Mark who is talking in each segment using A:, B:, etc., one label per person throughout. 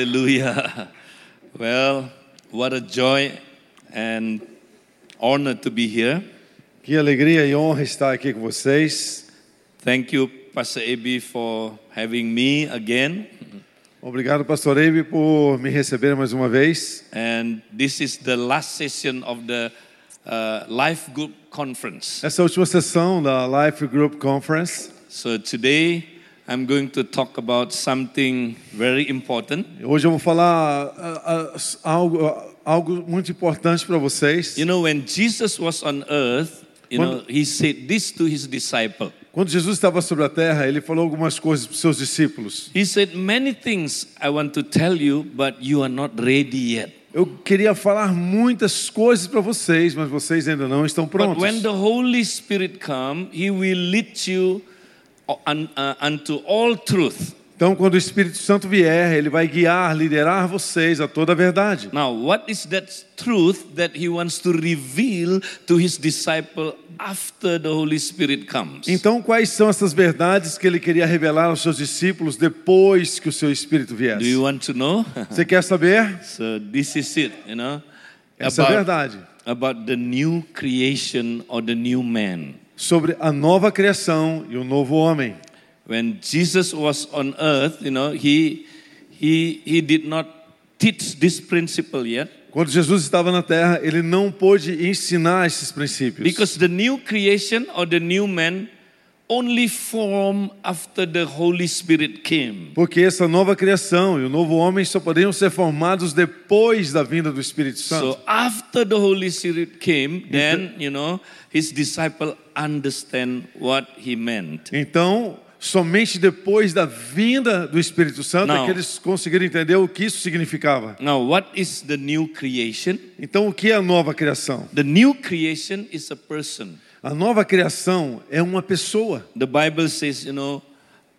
A: Hallelujah. Well, what a joy and honor to be here.
B: Que alegria e honra estar aqui com vocês.
A: Thank you, Pastor AB, for having me again.
B: Obrigado, Pastor Eibe, por me receber mais uma vez.
A: And this is the last session of the uh, Life Group Conference.
B: Essa é a última sessão da Life Group Conference.
A: So today I'm going to talk about something very important.
B: Hoje eu vou falar ah, ah, algo, ah, algo muito importante para vocês.
A: You know, when Jesus was on earth, you know, he said this to his disciple.
B: Quando Jesus estava sobre a terra, ele falou algumas coisas para os seus discípulos.
A: He said, Many things I want to tell you, but you are not ready yet.
B: Eu queria falar muitas coisas para vocês, mas vocês ainda não estão
A: But
B: prontos.
A: when the Holy Spirit come, He will lead you un- uh, unto all truth.
B: Então, quando o Espírito Santo vier, ele vai guiar, liderar vocês a toda a verdade.
A: Now, what is that truth that He wants to reveal to His disciple after the Holy Spirit comes?
B: Então, quais são essas verdades que ele queria revelar aos seus discípulos depois que o seu Espírito
A: Do you
B: viesse?
A: want to know?
B: Você quer saber?
A: so this is it, you know,
B: Essa é a verdade.
A: about the new creation or the new man.
B: Sobre a nova criação e o novo homem.
A: when jesus was on earth you know he he he did not teach this principle yet
B: Quando Jesus estava na terra, ele não pôde ensinar esses princípios.
A: because the new creation or the new man only form after the holy spirit came
B: Porque essa nova criação e o novo homem só poderiam ser formados depois da vinda do Espírito
A: so
B: Santo.
A: after the holy spirit came then you know his disciple understand what he meant
B: Então, somente depois da vinda do Espírito Santo é
A: Não.
B: que eles conseguiram entender o que isso significava.
A: now what is the new creation
B: Então, o que é a nova criação?
A: the new creation is a person
B: A nova criação é uma pessoa.
A: The Bible says, you know,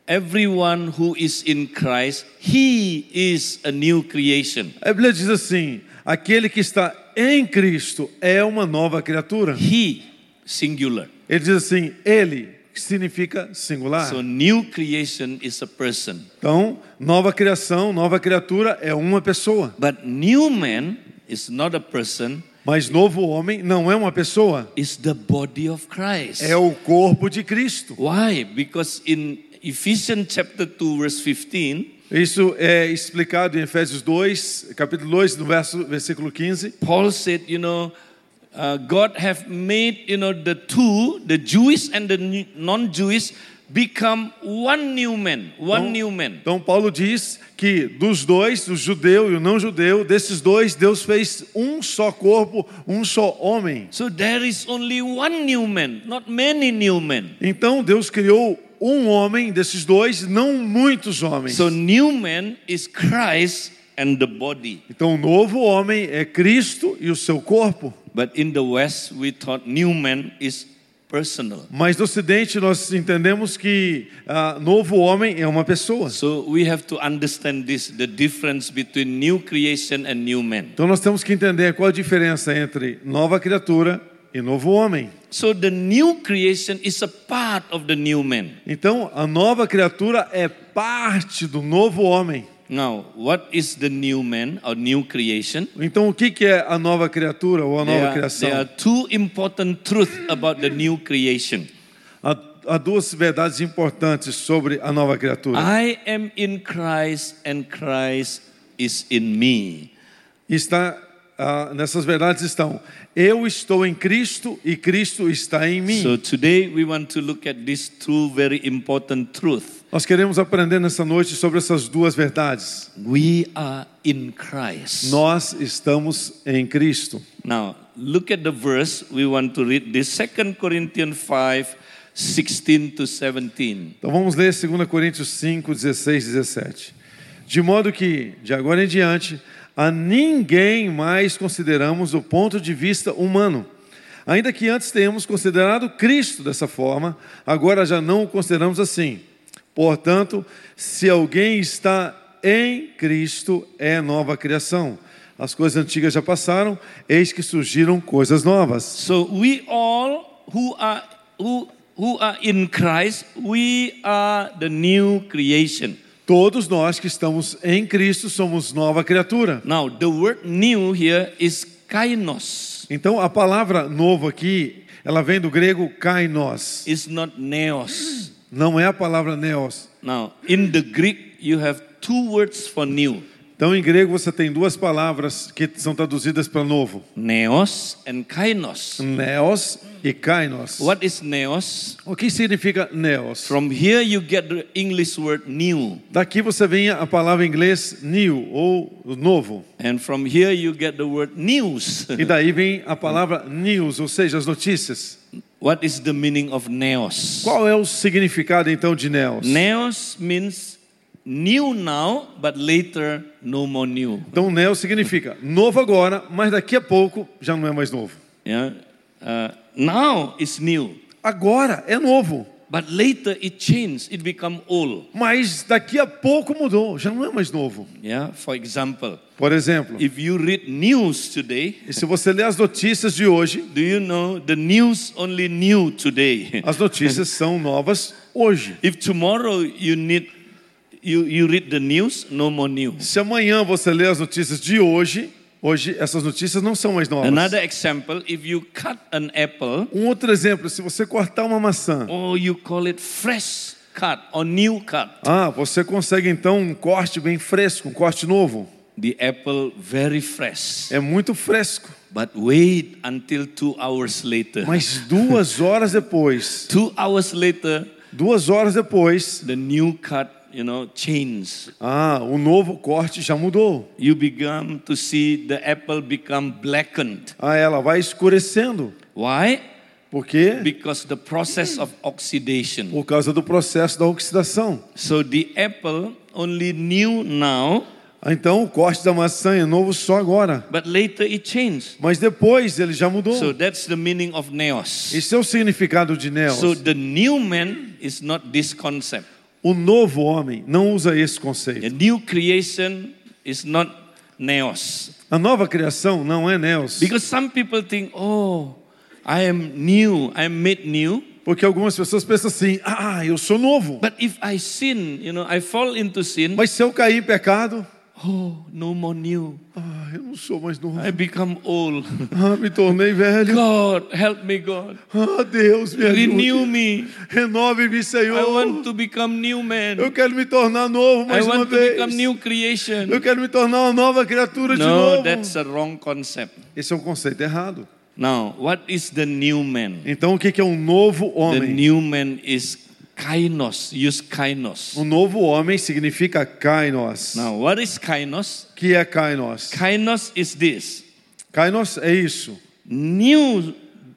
A: everyone who is in Christ, he is a new creation.
B: A Bíblia diz assim: aquele que está em Cristo é uma nova criatura.
A: He, singular.
B: Ele diz assim: ele que significa singular.
A: So, new creation is a person.
B: Então, nova criação, nova criatura é uma pessoa.
A: But new man is not a person,
B: Mas novo homem não é uma pessoa,
A: it's the body of Christ.
B: é o corpo de Cristo.
A: Why? Because in Ephesians chapter 2, verse 15,
B: Isso é explicado em Efésios 2, capítulo 2, no verso, versículo 15.
A: Paul said, you know, uh, God have made, you know, the two, the Jewish and the non-Jewish, become one new man, one
B: Oh.
A: new man.
B: Então Paulo diz que dos dois, o judeu e o não judeu, desses dois Deus fez um só corpo, um só homem.
A: So there is only one new man, not many new men.
B: Então Deus criou um homem desses dois, não muitos homens.
A: So new man is Christ and the body.
B: Então o novo homem é Cristo e o seu corpo.
A: But in the West, we thought new man is personal.
B: Mas no Ocidente nós entendemos que ah, novo homem é uma pessoa.
A: So we have to understand this, the difference between new creation and new man.
B: Então nós temos que entender qual a diferença entre nova criatura e novo homem.
A: So the new creation is a part of the new man.
B: Então a nova criatura é parte do novo homem.
A: Now, what is the new man or new creation?
B: Então, o que que é a nova criatura ou a nova
A: There are,
B: criação?
A: there are two important truths about the new creation.
B: Há, há duas verdades importantes sobre a nova criatura.
A: I am in Christ and Christ is in me.
B: Está, ah, nessas verdades estão: eu estou em Cristo e Cristo está em mim.
A: So today we want to look at these two very important truths.
B: Nós queremos aprender nessa noite sobre essas duas verdades.
A: We are in Christ.
B: Nós estamos em Cristo.
A: Now, look at the verse we want to read this 2 Corinthians 5 16 to 17.
B: Então vamos ler 2 Coríntios 5, 16 17. De modo que, de agora em diante, a ninguém mais consideramos do ponto de vista humano. Ainda que antes tenhamos considerado Cristo dessa forma, agora já não o consideramos assim. Portanto, se alguém está em Cristo, é nova criação. As coisas antigas já passaram, eis que surgiram coisas novas.
A: So we all who are who who are in Christ, we are the new creation.
B: Todos nós que estamos em Cristo somos nova criatura.
A: Now, the word new here is kainos.
B: Então a palavra novo aqui, ela vem do grego kainos.
A: It's not neos.
B: Não é a palavra neos.
A: Now, in the Greek, you have two words for new
B: Então em grego você tem duas palavras que são traduzidas para novo:
A: neos and kainos.
B: neos e kainos.
A: What is neos?
B: O que significa neos?
A: From here, you get the English word new.
B: Daqui você vem a palavra em inglês new ou novo.
A: And from here, you get the word news.
B: E daí vem a palavra news, ou seja, as notícias.
A: what is the meaning of neos?
B: Qual é o significado então de neos?
A: Neos means new now, but later, no more new.
B: Então neos significa novo agora, mas daqui a pouco já não é mais novo.
A: Yeah? Uh, now it's new,
B: Agora é novo,
A: but later it changed, it become old.
B: mas daqui a pouco mudou, já não é mais novo.
A: Yeah? For example,
B: Por exemplo,
A: if you read news today,
B: e se você ler as notícias de hoje,
A: do you know the news only new today?
B: as notícias são novas hoje.
A: if tomorrow you need you, you read the news, no more news.
B: Se amanhã você ler as notícias de hoje, hoje essas notícias não são mais novas.
A: Another example, if you cut an apple
B: Um outro exemplo, se você cortar uma maçã,
A: or you call it fresh cut or new cut,
B: ah, você consegue então um corte bem fresco, um corte novo.
A: the apple very fresh.
B: É muito fresco.
A: But wait until two hours later.
B: Mas duas horas depois,
A: Two hours later,
B: duas horas depois,
A: the new cut, you know, changes.
B: ah, o novo corte já mudou.
A: You begin to see the apple become blackened.
B: Ah, ela vai escurecendo.
A: Why?
B: Por quê?
A: Because the process of oxidation.
B: Por causa do processo da oxidação.
A: So the apple only new now,
B: Ah, Então, o corte da maçã é novo só agora.
A: but later it changed.
B: Mas depois ele já mudou.
A: So that's the meaning of neos.
B: Esse é o significado de Neos.
A: So the new man is not this concept.
B: O novo homem não usa esse conceito.
A: The new creation is not neos.
B: A nova criação não é Neos.
A: Because some people think, oh, I am new, I am made new.
B: Porque algumas pessoas pensam assim: ah, eu sou novo.
A: But if I sin, you know, I fall into sin,
B: Mas se eu cair em pecado,
A: oh, no more new.
B: ah, eu não sou mais novo.
A: I become old.
B: Ah, me tornei velho.
A: God, help me, God.
B: Ah, Deus, me
A: Renew
B: ajude.
A: me.
B: Renove-me,
A: I
B: Senhor.
A: want to become new man.
B: Eu quero me tornar novo
A: I
B: mais uma
A: want to
B: vez.
A: become new creation.
B: Eu quero me tornar uma nova criatura de
A: No,
B: novo.
A: that's a wrong concept.
B: Esse é um conceito errado.
A: Now, what is the new man?
B: Então, o que que é um novo
A: The
B: homem?
A: new man is kainos. Use kainos.
B: Um novo homem significa kainos.
A: Now, what is kainos?
B: que é kainos?
A: Kainos is this
B: Kainos é isso.
A: new,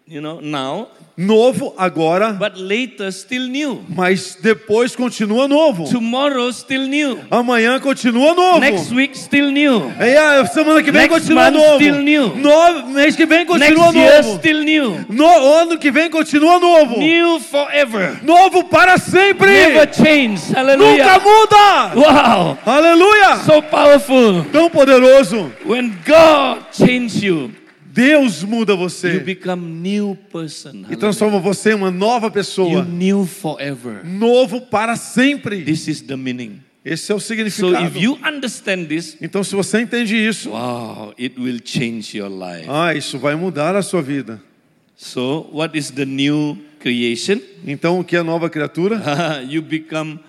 A: you know, now,
B: Novo agora,
A: but later still new.
B: mas depois continua novo.
A: Tomorrow still new.
B: Amanhã continua novo.
A: Next week still new.
B: E a semana que vem
A: Next
B: continua
A: month
B: novo.
A: still new.
B: No- mês que vem continua
A: Next year
B: novo.
A: still new.
B: No ano que vem continua novo.
A: New forever.
B: Novo para sempre.
A: Never change.
B: Nunca
A: Hallelujah.
B: muda.
A: Wow.
B: Aleluia.
A: So powerful.
B: Tão poderoso.
A: When God changes you,
B: Deus muda
A: you
B: você
A: become new person.
B: e transforma você em uma nova
A: You
B: pessoa.
A: new forever.
B: Novo para sempre.
A: This is the meaning.
B: Esse é o
A: So if
B: significado.
A: you understand this,
B: Então, se você entende isso,
A: wow, it will change your life.
B: ah, isso vai mudar a sua vida.
A: So what is the new creation?
B: Então, o que é nova criatura?
A: you become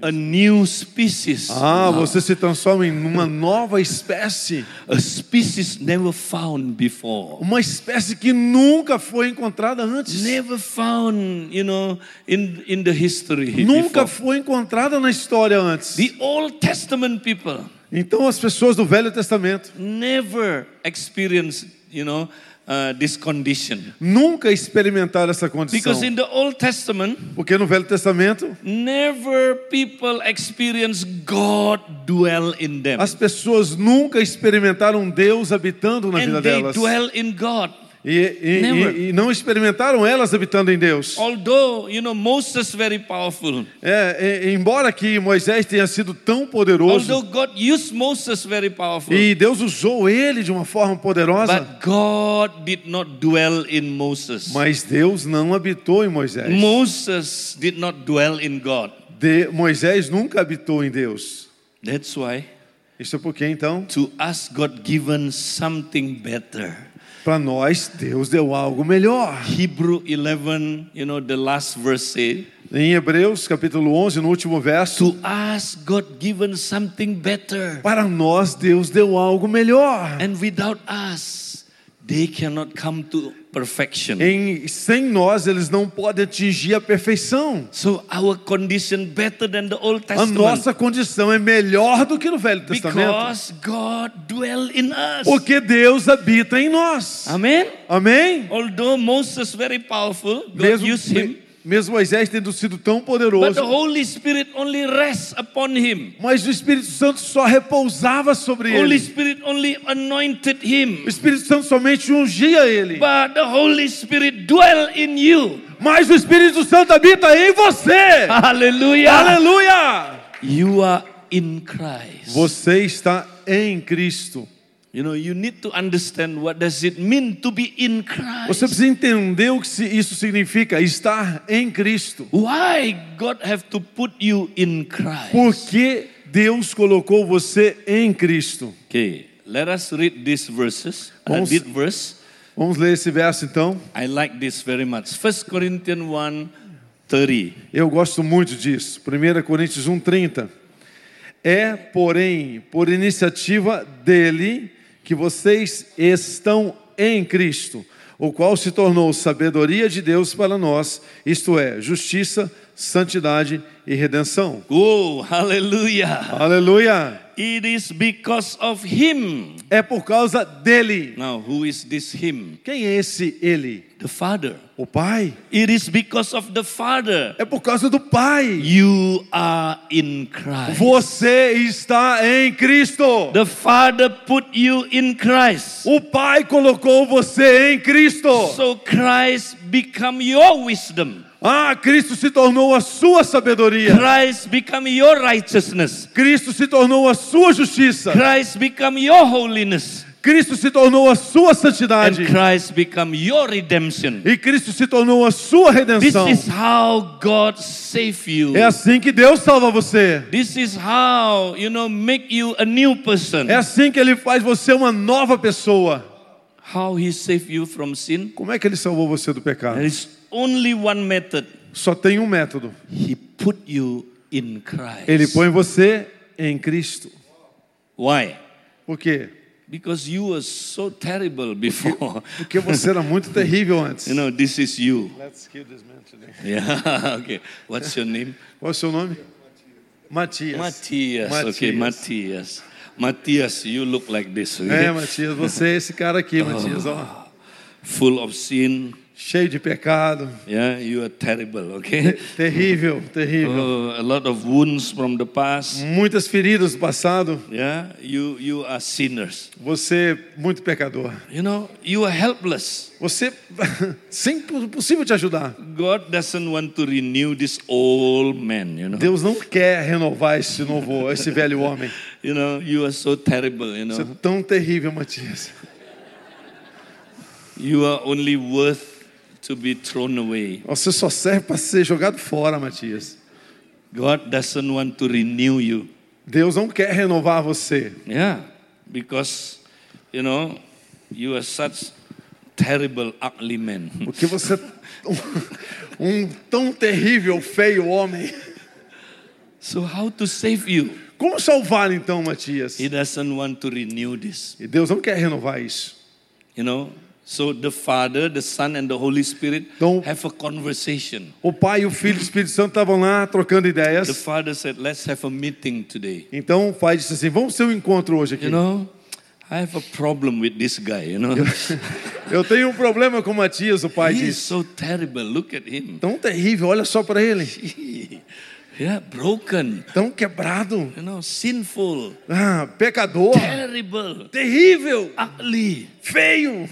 A: a new species.
B: Ah, você se transforma em uma nova espécie,
A: A species never found before.
B: uma espécie que nunca foi encontrada antes,
A: Never found, you know, in, in the history.
B: nunca
A: before.
B: foi encontrada na história antes.
A: The Old Testament people
B: Então, as pessoas do Velho Testamento
A: never experienced, you know, uh, this condition.
B: nunca experimentaram essa condição,
A: Because in the Old Testament,
B: porque no Velho Testamento
A: never people experience God dwell in them.
B: as pessoas nunca experimentaram um Deus habitando na vida
A: And they
B: delas
A: dwell in God.
B: e, e-
A: Never.
B: e- e não experimentaram elas habitando em Deus.
A: Although, you know, Moses very powerful.
B: É, e- embora que Moisés tenha sido tão poderoso
A: Although God used Moses very powerful.
B: e Deus usou ele de uma forma poderosa,
A: But God did not dwell in Moses.
B: mas Deus não habitou em Moisés.
A: Moses did not dwell in God.
B: De- Moisés nunca habitou em Deus.
A: That's why
B: Isso é porque, então,
A: to us God given something better.
B: para nós, Deus deu algo melhor.
A: Hebrew 11, you know, the last verse say,
B: Em Hebreus, capítulo 11, no último verso,
A: to us God given something better.
B: para nós, Deus deu algo melhor.
A: And without us, they cannot come to perfection.
B: Em- sem nós, eles não podem atingir a perfeição.
A: So our condition better than the Old
B: A
A: Testament.
B: nossa condição é melhor do que no Velho Testamento.
A: Because God dwell in us.
B: Porque Deus habita em nós.
A: Amen.
B: Amém?
A: Although Moses very powerful, God
B: Mesmo,
A: used him,
B: me- mesmo Moisés tendo sido tão
A: but the
B: poderoso,
A: Holy Spirit only rests upon him.
B: mas o Espírito Santo só repousava sobre
A: Holy
B: ele.
A: Spirit only anointed him.
B: O Espírito Santo somente ungia ele.
A: But the Holy Spirit dwell in you.
B: Mas o Espírito Santo habita em você.
A: Ah. Hallelujah.
B: Aleluia!
A: You are in Christ.
B: Você está em Cristo.
A: You know, you need to understand what does it mean to be in
B: Você
A: Christ.
B: precisa entender o que se- isso significa, estar em Cristo.
A: Why God have to put you in Christ?
B: Por que Deus colocou você em Cristo?
A: Okay, let us read these verses. Uh,
B: Vamos-
A: this verse.
B: Vamos ler esse verso então.
A: I like this very much. 1 Corinthians 1 30.
B: Eu gosto muito disso. 1 Coríntios 1,30. É, porém, por iniciativa dele que vocês estão em Cristo, o qual se tornou sabedoria de Deus para nós, isto é, justiça, santidade e redenção.
A: Oh, hallelujah.
B: Aleluia!
A: It is because of him.
B: É por causa dele.
A: Now, who is this him?
B: Quem é esse ele?
A: The Father.
B: O Pai.
A: It is because of the Father.
B: É por causa do Pai.
A: You are in Christ.
B: Você está em Cristo.
A: The Father put you in Christ.
B: O Pai colocou você em Cristo.
A: So Christ become your wisdom.
B: Ah, Cristo se tornou a sua sabedoria.
A: Christ become your righteousness.
B: Cristo se tornou a sua justiça.
A: Christ become your holiness.
B: Cristo se tornou a sua
A: And
B: santidade.
A: Christ become your redemption.
B: E Cristo se tornou a sua
A: This
B: redenção.
A: is how God save you.
B: É assim que Deus salva você.
A: This is how, you know, make you a new person.
B: É assim que Ele faz você uma nova pessoa.
A: How he save you from sin?
B: Como é que Ele salvou você do
A: There
B: pecado?
A: is only one method.
B: Só tem um método.
A: He put you in Christ.
B: Ele põe você em Cristo.
A: Why?
B: Por quê?
A: Because you were so terrible before.
B: Porque você era muito terrível antes.
A: you know, this is you.
B: Let's kill this man today.
A: Yeah. okay. What's your name?
B: Qual é o seu nome? Matias.
A: Matthias. Okay, Matthias. Matthias, you look like this. okay?
B: É, Matias, você é esse cara aqui, Matias, ó.
A: Full of sin.
B: Cheio de pecado.
A: Yeah, you are terrible. Okay.
B: Terrível, terrível.
A: Oh, a lot of wounds from the past.
B: Muitas feridas do passado.
A: Yeah, you you are sinners.
B: Você é muito pecador.
A: You know, you are helpless.
B: Você sem possível te ajudar.
A: God doesn't want to renew this old man, you know.
B: Deus não quer renovar esse novo, esse velho homem.
A: You know, you are so terrible, you
B: Você
A: know.
B: é tão terrível, Matias.
A: You are only worth to be thrown away.
B: Você só serve para ser jogado fora, Matias.
A: God doesn't want to renew you.
B: Deus não quer renovar você.
A: Yeah. Because, you know, you are such terrible, ugly man.
B: Porque você é um, um tão terrível, feio homem.
A: So how to save you?
B: Como salvar então, Matias?
A: He doesn't want to renew this.
B: E Deus não quer renovar isso.
A: You know? So the Father, the Son, and the Holy Spirit
B: Don't-
A: have a conversation.
B: O Pai, o Filho e o Espírito Santo estavam lá trocando
A: The
B: ideias.
A: Father said, Let's have a meeting today.
B: Então o Pai disse assim: Vamos ter um encontro hoje aqui.
A: You know, I have a problem with this guy, you know.
B: Eu tenho um problema com o Matias, o Pai
A: He is
B: disse.
A: so terrible. Look at him.
B: Tão terrível, olha só para ele.
A: yeah, broken,
B: Tão quebrado.
A: you know, sinful,
B: Ah, pecador.
A: terrible,
B: Terrível.
A: ugly.
B: Feio.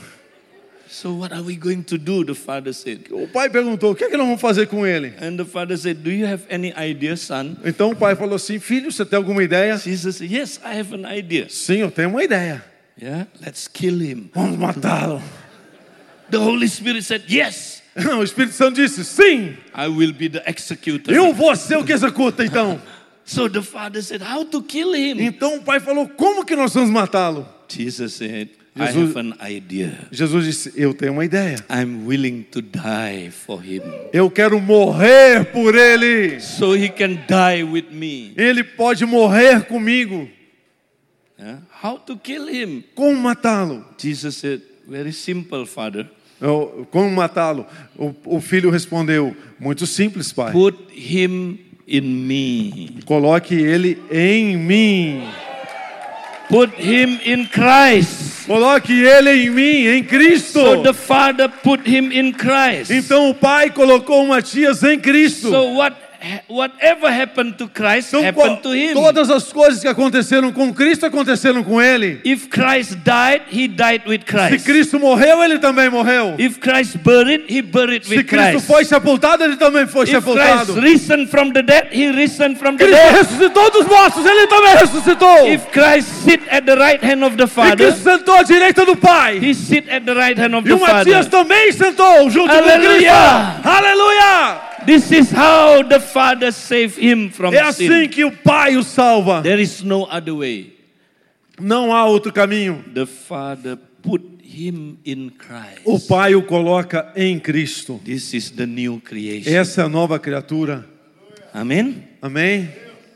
A: So what are we going to do? The father said.
B: O Pai perguntou: O que é que nós vamos fazer com ele?
A: And the father said, Do you have any idea, son?
B: Então o Pai falou assim: Filho, você tem alguma ideia?
A: Jesus said, Yes, I have an idea.
B: Sim, eu tenho uma ideia.
A: Yeah, let's kill him.
B: Vamos matá-lo.
A: The Holy Spirit said, Yes,
B: O Espírito Santo disse: Sim,
A: I will be the executor.
B: eu vou ser o que executa então.
A: So the father said, How to kill him?
B: Então o pai falou: Como que nós vamos matá-lo?
A: Jesus said, I have
B: Jesus-
A: an idea.
B: Jesus disse: Eu tenho uma ideia.
A: I'm willing to die for him.
B: Eu quero morrer por ele.
A: So he can die with me.
B: Ele pode morrer comigo.
A: Huh? How to kill him?
B: Como matá-lo?
A: Jesus said, Very simple, father.
B: Eu- Como matá-lo? O, o filho respondeu: Muito simples, pai.
A: Put him in me.
B: Coloque ele em mim.
A: Put him in Christ.
B: Coloque ele em mim, em Cristo.
A: So the father put him in Christ.
B: Então o pai colocou o Matias em Cristo.
A: So what whatever happened to Christ
B: Então,
A: happened
B: co-
A: to him.
B: todas as coisas que aconteceram com Cristo aconteceram com ele.
A: If Christ died, he died with
B: Se
A: Christ.
B: Cristo morreu, ele também morreu.
A: If Christ buried, he buried
B: Se
A: with
B: Cristo
A: Christ.
B: foi sepultado, ele também foi
A: If Christ
B: sepultado.
A: risen from the dead, he risen from the
B: Cristo
A: dead.
B: ressuscitou dos mortos, ele também ressuscitou.
A: If Christ sit at the right hand of the
B: e
A: Father,
B: Cristo sentou à direita do Pai.
A: he sit at the right hand of
B: E
A: the
B: o Matias
A: Father.
B: também sentou junto
A: Aleluia!
B: com Cristo. Aleluia!
A: This is how the Father saved him from
B: É assim
A: sin.
B: que o Pai o salva.
A: There is no other way.
B: Não há outro caminho.
A: The Father put him in Christ.
B: O Pai o coloca em Cristo.
A: This is the new creation.
B: Essa é a nova criatura.
A: Amen.
B: Amém?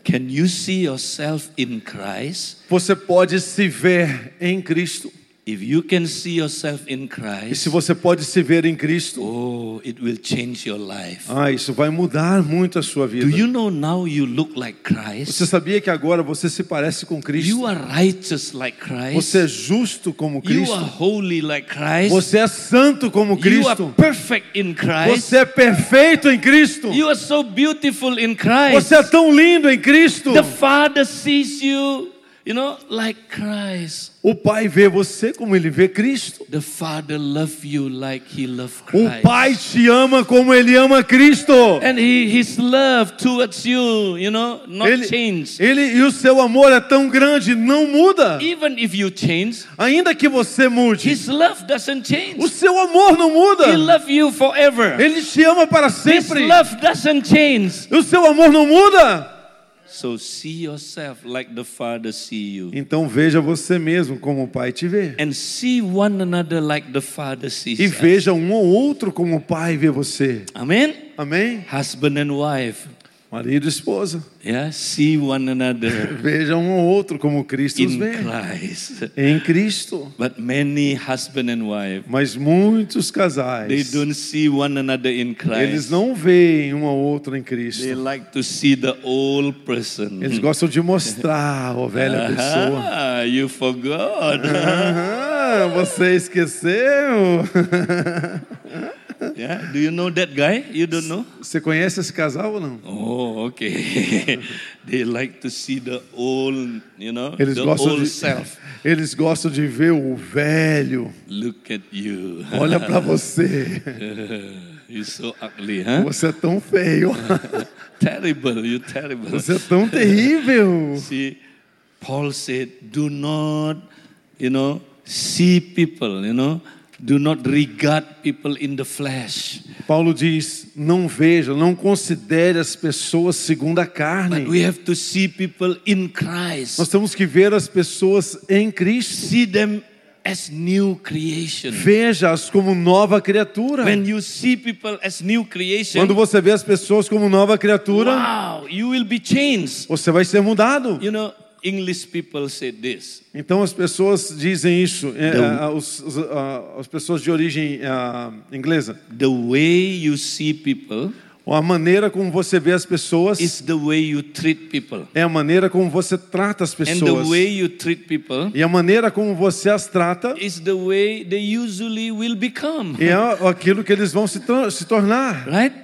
A: Can you see yourself in Christ?
B: Você pode se ver em Cristo.
A: If you can see yourself in
B: E
A: Christ,
B: se você pode se ver em Cristo,
A: oh, it will change your life.
B: ah, isso vai mudar muito a sua vida.
A: Do you know now you look like
B: Você
A: Christ?
B: sabia que agora você se parece com Cristo?
A: You are righteous like Christ.
B: Você é justo como
A: You are
B: Cristo?
A: holy like Christ.
B: Você é santo como
A: You are
B: Cristo?
A: perfect in Christ.
B: Você é perfeito em Cristo?
A: You are so beautiful in Christ.
B: Você é tão lindo em Cristo?
A: The Father sees you, you know, like Christ.
B: O Pai vê você como Ele vê Cristo.
A: The Father loves you like He loved
B: O Um Pai
A: Christ.
B: te ama como Ele ama Cristo.
A: And he, His love towards you, you know, not
B: Ele,
A: change.
B: ele e o seu amor é tão grande, não muda.
A: Even if you change,
B: Ainda que você mude,
A: His love doesn't
B: o
A: change.
B: seu amor não muda.
A: He loves you forever.
B: Ele te ama para
A: His
B: sempre.
A: love doesn't change.
B: O seu amor não muda.
A: So see yourself like the Father see you.
B: Então veja você mesmo como o Pai te vê.
A: And see one another like the Father sees
B: E
A: us.
B: veja um ou outro como o Pai vê você.
A: Amen?
B: Amém?
A: Husband and wife.
B: Marido e esposa.
A: Yeah, see one another
B: Veja um ou outro como Cristo os
A: in
B: vê.
A: Christ.
B: Em Cristo.
A: But many husband and wife,
B: Mas muitos
A: they
B: casais,
A: don't see one another in
B: eles
A: Christ.
B: não veem um ao outro em
A: They
B: Cristo.
A: like to see the old person.
B: Eles gostam de mostrar a velha pessoa.
A: Ah, you forgot.
B: Ah, você esqueceu?
A: yeah, do you know that guy? You don't know?
B: Você conhece esse casal ou não?
A: Oh, okay. they like to see the old, you know,
B: Eles
A: the
B: gostam,
A: old
B: de,
A: self.
B: eles gostam de ver o velho.
A: Look at you.
B: Olha pra você.
A: You're so ugly, huh?
B: Você é tão feio.
A: Terrible, you're terrible.
B: Você é tão terrível.
A: See, Paul said, do not, you know, see people, you know, do not regard people in the flesh.
B: Paulo diz: não veja, não considere as pessoas segundo a
A: But
B: carne.
A: we have to see people in
B: Nós
A: Christ.
B: temos que ver as pessoas em Cristo.
A: See them as new creation.
B: Veja-as como nova criatura.
A: When you see people as new creation,
B: Quando você vê as pessoas como nova criatura,
A: wow, you will be changed.
B: você vai ser mudado.
A: You know, English people say this.
B: Então as pessoas dizem isso, é,
A: um-
B: ah, os- os- ah, as pessoas de origem ah, inglesa.
A: The way you see people
B: A maneira como você vê as pessoas
A: is the way you treat people.
B: é a maneira como você trata as
A: And the
B: pessoas.
A: way you treat people
B: E a maneira como você as trata
A: is the way they usually will become.
B: é a- aquilo que eles vão se, tor- se tornar.
A: Right?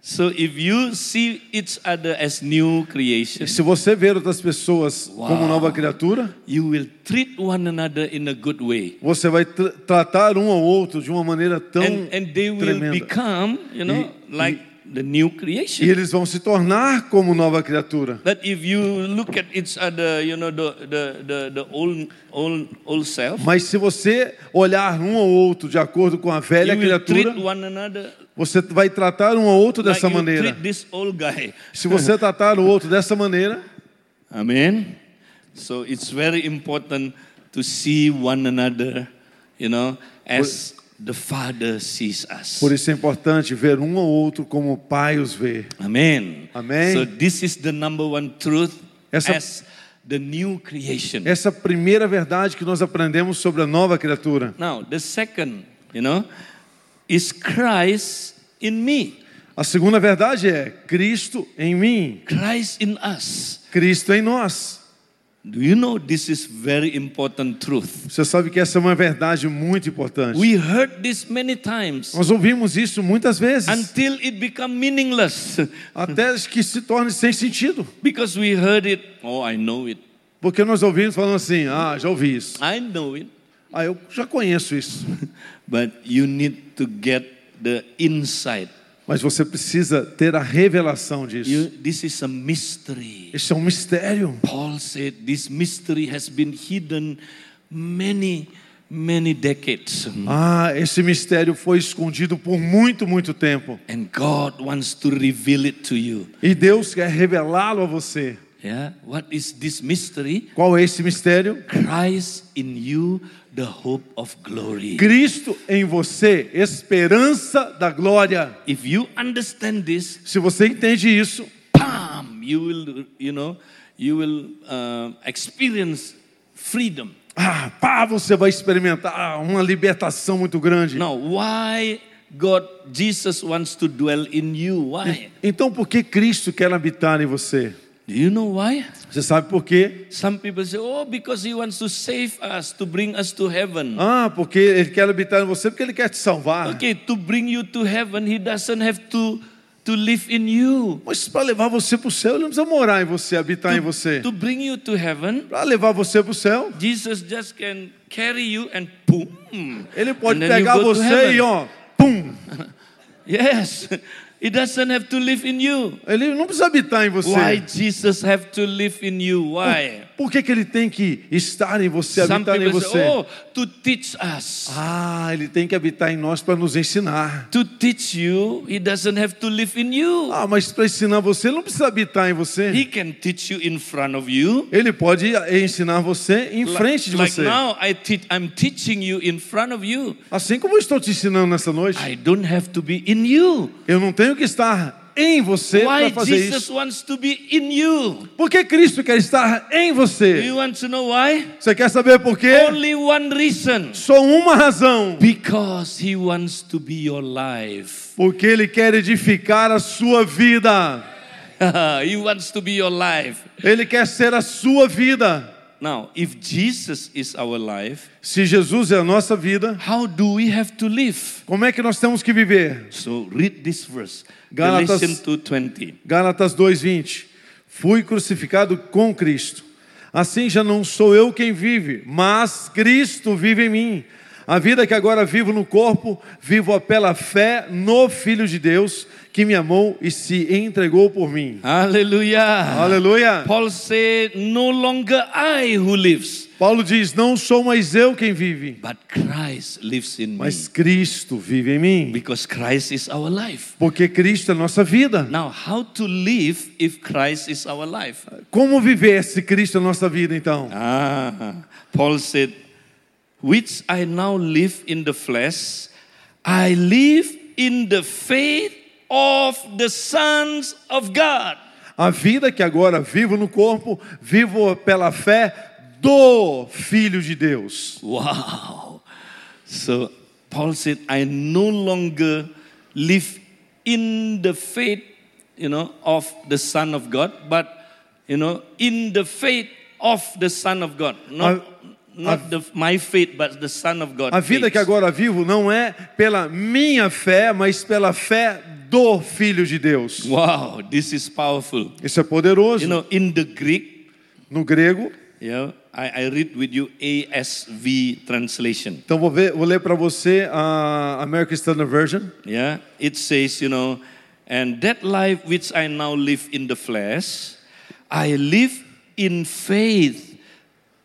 A: So if you see each other as new creation,
B: Se você ver outras pessoas como nova criatura,
A: you will treat one another in a good way.
B: você vai tr- tratar um ao outro de uma maneira tão
A: And, and they will
B: tremenda.
A: become, you know,
B: E-
A: like the new
B: E
A: creation.
B: eles vão se tornar como nova criatura.
A: That if you look at each other, you know, the, the, the, the old, old, old self,
B: Mas se você olhar um ao outro de acordo com a velha
A: you will treat
B: criatura,
A: one another
B: você vai tratar um ao outro
A: like
B: dessa
A: you
B: maneira.
A: treat this old guy.
B: Se você tratar o outro dessa maneira,
A: Amen. So it's very important to see one another, you know, as the Father sees us.
B: por isso é importante ver um ao outro como o Pai os vê.
A: Amen.
B: Amen.
A: So this is the number one truth
B: Essa-
A: as the new creation.
B: Essa é a primeira verdade que nós aprendemos sobre a nova criatura.
A: Now, the second, you know, is Christ in me,
B: A segunda verdade é Cristo em mim,
A: Christ in us.
B: Cristo em nós.
A: Do you know this is very important truth?
B: Você sabe que essa é uma verdade muito importante.
A: We heard this many times
B: Nós ouvimos isso muitas vezes,
A: until it become meaningless
B: até que se torne sem sentido.
A: because we heard it, oh I know it.
B: Porque nós ouvimos falando assim: ah, já ouvi isso.
A: I know it,
B: Ah, eu já conheço isso.
A: but you need to get the insight.
B: Mas você precisa ter a revelação disso.
A: You, this is a mystery.
B: Isso é um mistério.
A: Paul said this mystery has been hidden many, many decades.
B: Ah, esse mistério foi escondido por muito, muito tempo.
A: And God wants to reveal it to you.
B: E Deus quer revelá-lo a você.
A: Yeah? What is this mystery?
B: Qual é esse mistério?
A: Christ in you, the hope of glory.
B: Cristo em você, esperança da glória.
A: If you understand this,
B: Se você entende isso,
A: bam, you will, you know, you will uh, experience freedom.
B: ah, pá, você vai experimentar uma libertação muito grande.
A: Now, why God, Jesus wants to dwell in you? Why?
B: Então, por que Cristo quer habitar em você?
A: Do you know why?
B: Você sabe por quê?
A: Some people say, oh, because he wants to save us, to bring us to heaven.
B: Ah, porque Ele quer habitar em você porque Ele quer te salvar.
A: Okay, to bring you to heaven, he doesn't have to, to live in you.
B: Mas para levar você para o céu, Ele não precisa morar em você, habitar em você.
A: To bring you to heaven,
B: Para levar você para o céu,
A: Jesus just can carry you and boom.
B: Ele é pode
A: And then you
B: pegar
A: go to
B: você
A: heaven.
B: e ó, pum.
A: Yes, he doesn't have to live in you.
B: Ele não precisa habitar em você.
A: Why Jesus have to live in you? Why?
B: Por que, que Ele tem que estar em você,
A: Some
B: habitar em
A: people
B: você?
A: say, oh, to teach us.
B: Ah, Ele tem que habitar em nós para nos ensinar.
A: To teach you, he doesn't have to live in you.
B: Ah, mas para ensinar você, Ele não precisa habitar em você.
A: He can teach you in front of you.
B: Ele pode ensinar você em
A: Like-
B: frente de
A: like
B: você.
A: now I teach, I'm teaching you in front of you.
B: Assim como eu estou te ensinando nessa noite,
A: I don't have to be in you.
B: eu não tenho que estar em você
A: Why
B: para fazer
A: Jesus
B: isso.
A: wants to be in you?
B: Porque Cristo quer estar em
A: Do
B: você.
A: you want to know why?
B: Você quer saber por quê?
A: Only one reason.
B: Só uma razão.
A: Because he wants to be your life.
B: Porque Ele quer edificar a sua vida.
A: he wants to be your life.
B: Ele quer ser a sua vida.
A: Now, if Jesus is our life,
B: Se Jesus é a nossa vida,
A: how do we have to live?
B: como é que nós temos que viver?
A: So read this verse.
B: Gálatas-
A: Galatians 2:20.
B: Gálatas 2:20. Fui crucificado com Cristo. Assim já não sou eu quem vive, mas Cristo vive em mim. A vida que agora vivo no corpo, vivo pela fé no Filho de Deus, que me amou e se entregou por mim.
A: Hallelujah.
B: Aleluia!
A: Paul said, No longer I who lives,
B: Paulo diz: Não sou mais eu quem vive,
A: but Christ lives in me.
B: mas Cristo vive em mim.
A: Because Christ is our life.
B: Porque Cristo é a nossa vida.
A: Now, how to live if Christ is our life?
B: Como viver se Cristo é a nossa vida, então?
A: Ah, Paul said, Which I now live in the flesh, I live in the faith of the sons of God.
B: A vida que agora vivo no corpo, vivo pela fé do Filho de Deus.
A: Wow. So Paul said, I no longer live in the faith, you know, of the Son of God, but you know, in the faith of the Son of God. Not, not the, my faith, but the Son of God.
B: A vida
A: faith.
B: que agora vivo não é pela minha fé, mas pela fé do Filho de Deus.
A: Wow, this is powerful.
B: Isso é
A: You
B: poderoso.
A: know, in the Greek,
B: No grego,
A: you know, I, I read with you ASV translation.
B: então vou, ver- vou ler para você a American Standard Version.
A: Yeah, it says, you know, And that life which I now live in the flesh, I live in faith,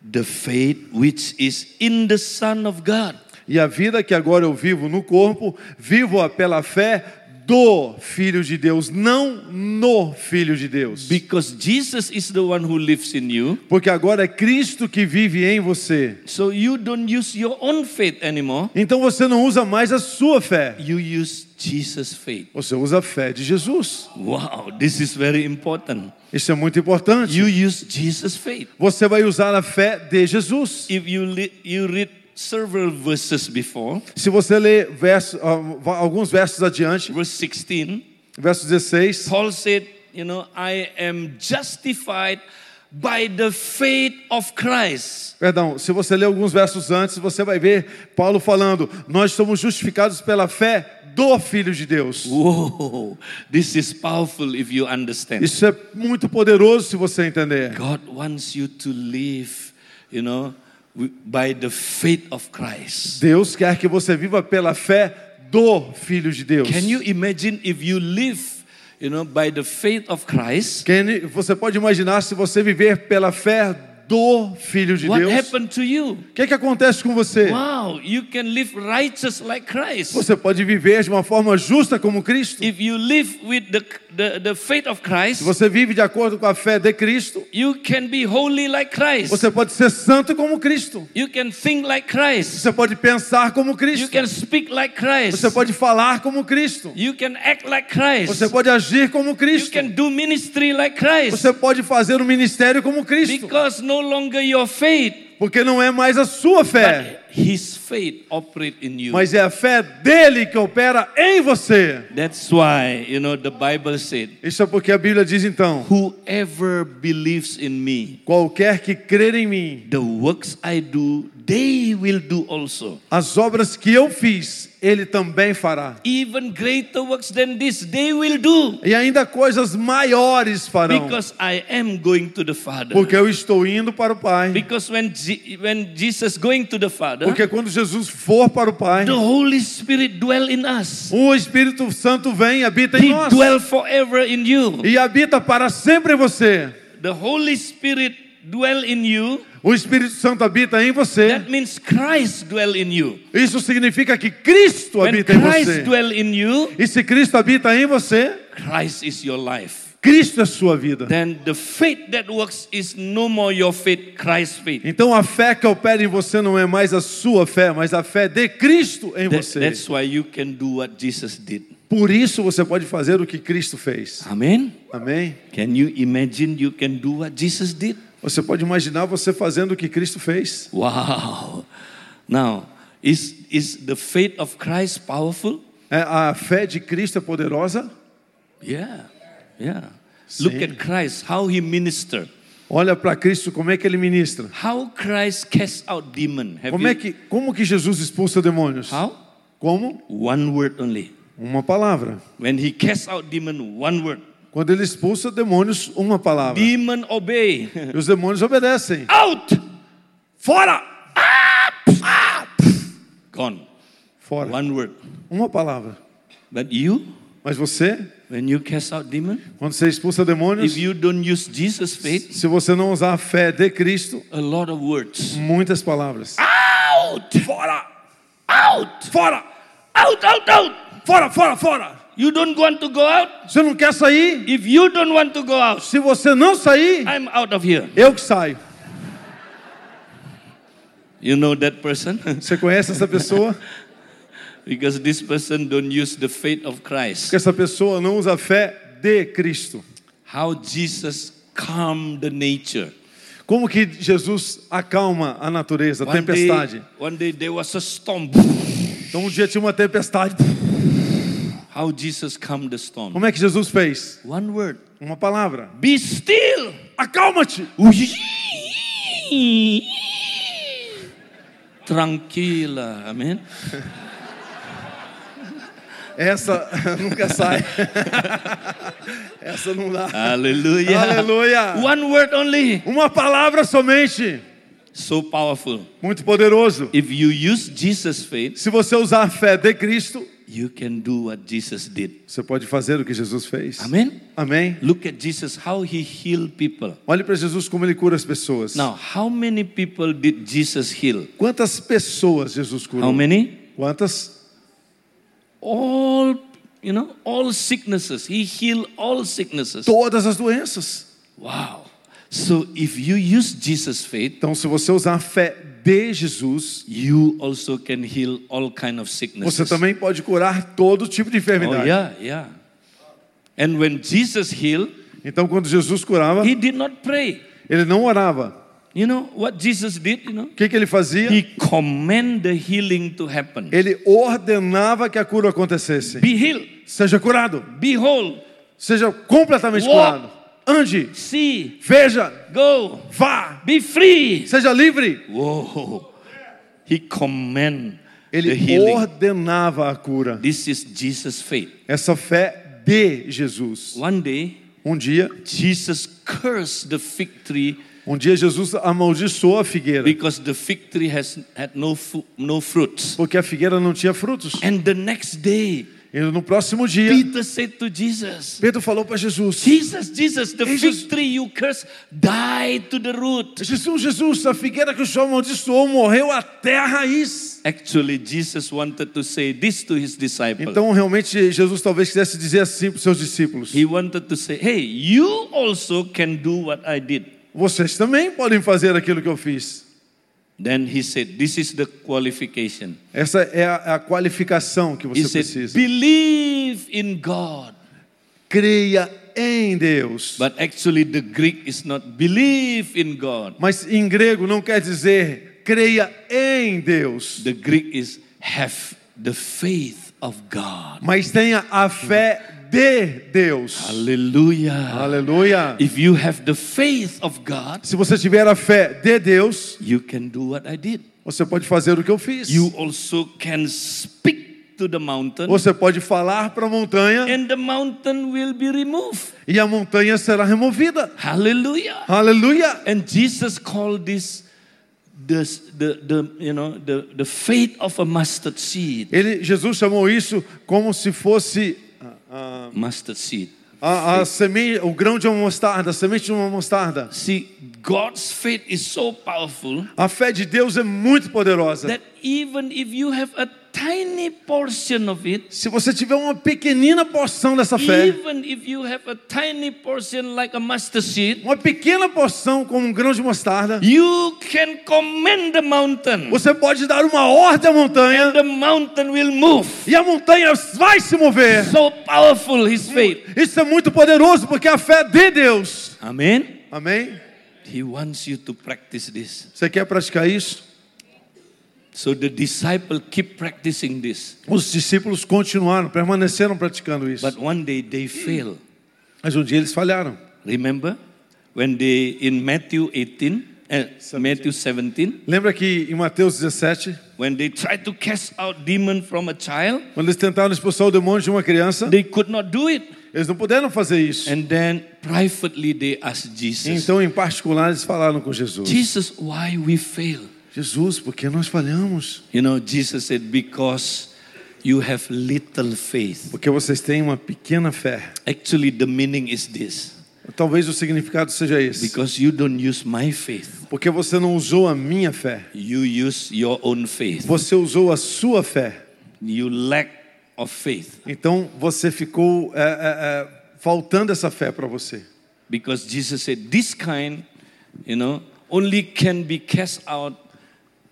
A: the faith which is in the Son of God.
B: E a vida que agora eu vivo no corpo, vivo-a pela fé do Filho de Deus, não no Filho de Deus.
A: Because Jesus is the one who lives in you,
B: Porque agora é Cristo que vive em você.
A: so you don't use your own faith anymore.
B: Então você não usa mais a sua fé,
A: You use Jesus' faith.
B: você usa a fé de Jesus.
A: Wow, this is very important.
B: Isso é muito importante.
A: You use Jesus' faith.
B: Você vai usar a fé de Jesus.
A: If you, li- you read several verses before,
B: Se você ler verso- ah, alguns versos adiante,
A: verse 16,
B: verso 16,
A: Paul said, You know, I am justified by the faith of Christ.
B: perdão, se você ler alguns versos antes, você vai ver Paulo falando: Nós somos justificados pela fé do Filho de Deus.
A: Whoa, this is powerful if you understand.
B: Isso é muito poderoso se você entender.
A: God wants you to live, you know, wi- by the faith of Christ.
B: Deus quer que você viva pela fé do Filho de Deus.
A: Can you imagine if you live, you know, by the faith of Christ?
B: Quem- você pode imaginar se você viver pela fé do Filho de
A: What
B: Deus?
A: happened to you?
B: O que, que acontece com você?
A: Wow, you can live righteous like Christ.
B: Você pode viver de uma forma justa como Cristo.
A: If you live with the, the, the faith of
B: Se
A: Christ,
B: você vive de acordo com a fé de Cristo,
A: you can be holy like Christ.
B: você pode ser santo como Cristo.
A: You can think like Christ.
B: Você pode pensar como
A: You
B: Cristo.
A: can speak like Christ.
B: Você pode falar como Cristo.
A: You can act like Christ.
B: Você pode agir como
A: You
B: Cristo.
A: can do ministry like Christ.
B: Você pode fazer o ministério como Cristo.
A: Because no longer your faith,
B: Porque não é mais a sua fé,
A: but His faith operate in you.
B: mas é a fé dele que opera em você.
A: That's why, you know, the Bible said,
B: Isso é porque a Bíblia diz então:
A: Whoever believes in me,
B: qualquer que crer em mim,
A: the works I do, they will do also.
B: as obras que eu fiz, ele também fará.
A: Even greater works than this, they will do.
B: E ainda coisas maiores farão.
A: Because I am going to the Father.
B: Porque eu estou indo para o Pai.
A: Because when, Je- when Jesus going to the Father,
B: Porque quando Jesus for para o Pai,
A: The Holy Spirit dwell in us.
B: o Espírito Santo vem e habita em
A: He
B: nós.
A: dwell forever in you.
B: E habita para sempre em você.
A: The Holy Spirit dwell in you.
B: O Espírito Santo habita em você.
A: That means Christ dwell in you.
B: Isso significa que Cristo
A: When
B: habita em
A: Christ
B: você.
A: dwell in you,
B: E se Cristo habita em você,
A: Christ is your life.
B: Cristo é sua vida.
A: Then the faith that works is no more your faith, Christ's faith.
B: Então a fé que opera em você não é mais a sua fé, mas a fé de Cristo em
A: That-
B: você.
A: that's why you can do what Jesus did.
B: Por isso você pode fazer o que Cristo fez.
A: Amen.
B: Amém?
A: Can you imagine you can do what Jesus did?
B: Você pode imaginar você fazendo o que Cristo fez.
A: Wow. Now, is is the faith of Christ powerful?
B: É, a fé de Cristo é poderosa.
A: Yeah, yeah. Look at Christ, how he ministered,
B: Olha para Cristo como é que ele ministra.
A: how Christ cast out demon. Have
B: Como é
A: you-
B: que, como que Jesus expulsa demônios?
A: How?
B: Como?
A: One word only.
B: Uma palavra.
A: When he cast out demon, one word.
B: Quando ele expulsa demônios, uma palavra.
A: Demon obey.
B: E os demônios obedecem.
A: out! Fora! Ah! Ah! Gone.
B: Fora.
A: One word.
B: Uma palavra.
A: But you,
B: Mas você,
A: when you cast out demon,
B: quando você expulsa demônios,
A: if you don't use Jesus' faith,
B: se você não usar a fé de Cristo,
A: a lot of words.
B: muitas palavras.
A: Out! Fora! Out! Fora! Out, out, out!
B: Fora, fora, fora!
A: You don't want to go out?
B: Você não quer sair?
A: If you don't want to go out,
B: Se você não sair,
A: I'm out of here.
B: eu que saio.
A: You know that person?
B: Você conhece essa pessoa?
A: because this person don't use the faith of Christ.
B: Porque essa pessoa não usa a fé de Cristo.
A: How Jesus calmed the nature.
B: Como que Jesus acalma a natureza, a
A: One day,
B: tempestade?
A: one day there was a storm.
B: Então um dia tinha uma tempestade.
A: How Jesus calmed the storm.
B: Como é que Jesus fez?
A: One word.
B: Uma palavra.
A: Be still.
B: Acalma-te!
A: Tranquila. Amen.
B: Essa nunca sai. Essa não dá.
A: Hallelujah.
B: Hallelujah.
A: One word only.
B: Uma palavra somente.
A: So powerful.
B: Muito poderoso.
A: If you use Jesus' faith,
B: Se você usar a fé de Cristo,
A: you can do what Jesus did.
B: Você pode fazer o que Jesus fez.
A: Amen?
B: Amém?
A: Look at Jesus, how he healed people.
B: Olhe para Jesus como ele cura as pessoas.
A: Now, how many people did Jesus heal?
B: Quantas pessoas Jesus curou?
A: How many?
B: Quantas?
A: All, you know, all sicknesses. He healed all sicknesses.
B: Todas as doenças.
A: Wow. So if you use Jesus' faith,
B: Então, se você usar a fé de Jesus,
A: you also can heal all kind of
B: você
A: sicknesses.
B: também pode curar todo tipo de
A: Oh,
B: enfermidade.
A: yeah, yeah. And when Jesus healed,
B: Então, quando Jesus curava,
A: he did not pray.
B: ele não orava.
A: You know what Jesus did, you know?
B: O que, que ele fazia?
A: He commanded the healing to happen.
B: Ele ordenava que a cura acontecesse.
A: Be healed,
B: Seja curado.
A: be whole,
B: Seja completamente
A: Walk.
B: curado. Ande,
A: see,
B: veja,
A: go,
B: vá,
A: be free.
B: seja livre.
A: Whoa. He command the
B: Ele
A: healing.
B: ordenava a cura.
A: This is Jesus' faith.
B: Essa fé de Jesus.
A: One day,
B: Um dia,
A: Jesus cursed the fig tree
B: um dia Jesus amaldiçoou a figueira,
A: because the fig tree has had no fu- no fruits.
B: porque a figueira não tinha frutos.
A: And the next day,
B: E no próximo dia,
A: Peter said to Jesus,
B: Pedro falou para Jesus:
A: Jesus, Jesus, the
B: Jesus.
A: fig tree you curse died to the root.
B: Jesus, Jesus, a figueira que o senhor amaldiçoou morreu até a raiz.
A: Actually, Jesus wanted to say this to his disciples.
B: Então, realmente, Jesus talvez quisesse dizer assim para os seus discípulos:
A: He wanted to say, hey, you also can do what I did.
B: Vocês também podem fazer aquilo que eu fiz.
A: Then he said, this is the qualification.
B: Essa é a, a qualificação que
A: He
B: você
A: said,
B: precisa.
A: believe in God.
B: Creia em Deus.
A: But actually, the Greek is not believe in God.
B: Mas em grego não quer dizer creia em Deus,
A: The Greek is have the faith of God.
B: mas tenha a fé de Deus.
A: Hallelujah.
B: Aleluia.
A: If you have the faith of God,
B: Se você tiver a fé de Deus,
A: you can do what I did.
B: você pode fazer o que eu fiz.
A: You also can speak to the mountain,
B: Você pode falar para a montanha
A: and the mountain will be removed.
B: e a montanha será removida.
A: Hallelujah.
B: Aleluia.
A: And Jesus called this the, the, the, you know, the, the faith of a mustard seed.
B: Ele, Jesus chamou isso como se fosse
A: Mustard seed.
B: a, a semente, o grão de uma mostarda, a semente de uma mostarda.
A: See, God's faith is so powerful
B: A fé de Deus é muito poderosa.
A: that even if you have a tiny portion of it,
B: Se você tiver uma pequenina porção dessa fé,
A: even if you have a tiny portion like a mustard seed,
B: uma pequena porção como um grão de mostarda,
A: you can command the mountain.
B: você pode dar uma ordem à montanha
A: The mountain will move.
B: e a montanha vai se mover.
A: So powerful his faith.
B: Isso é muito poderoso porque é a fé de Deus.
A: Amen.
B: Amém?
A: He wants you to practice this.
B: Você quer praticar isso?
A: So the disciple keep practicing this.
B: Os discípulos continuaram, permaneceram praticando isso.
A: But one day they fail.
B: Mas um dia eles falharam.
A: Remember when they in Matthew 18 uh, Matthew 17
B: Lembra que em Mateus 17,
A: when they tried to cast out demon from a child
B: quando eles tentaram expulsar o demônio de uma criança,
A: they could not do it
B: eles não puderam fazer isso.
A: and then privately they asked Jesus
B: Então, em particular, eles falaram com Jesus.
A: Jesus why we fail
B: Jesus, por que nós falhamos?
A: you know Jesus said because you have little faith
B: Porque vocês têm uma pequena fé.
A: actually the meaning is this
B: Talvez o significado seja esse.
A: because you don't use my faith
B: Porque você não usou a minha fé.
A: you use your own faith
B: Você usou a sua fé.
A: you lack of faith
B: Então você ficou é, é, é, faltando essa fé para você.
A: Because Jesus said, this kind, you know, only can be cast out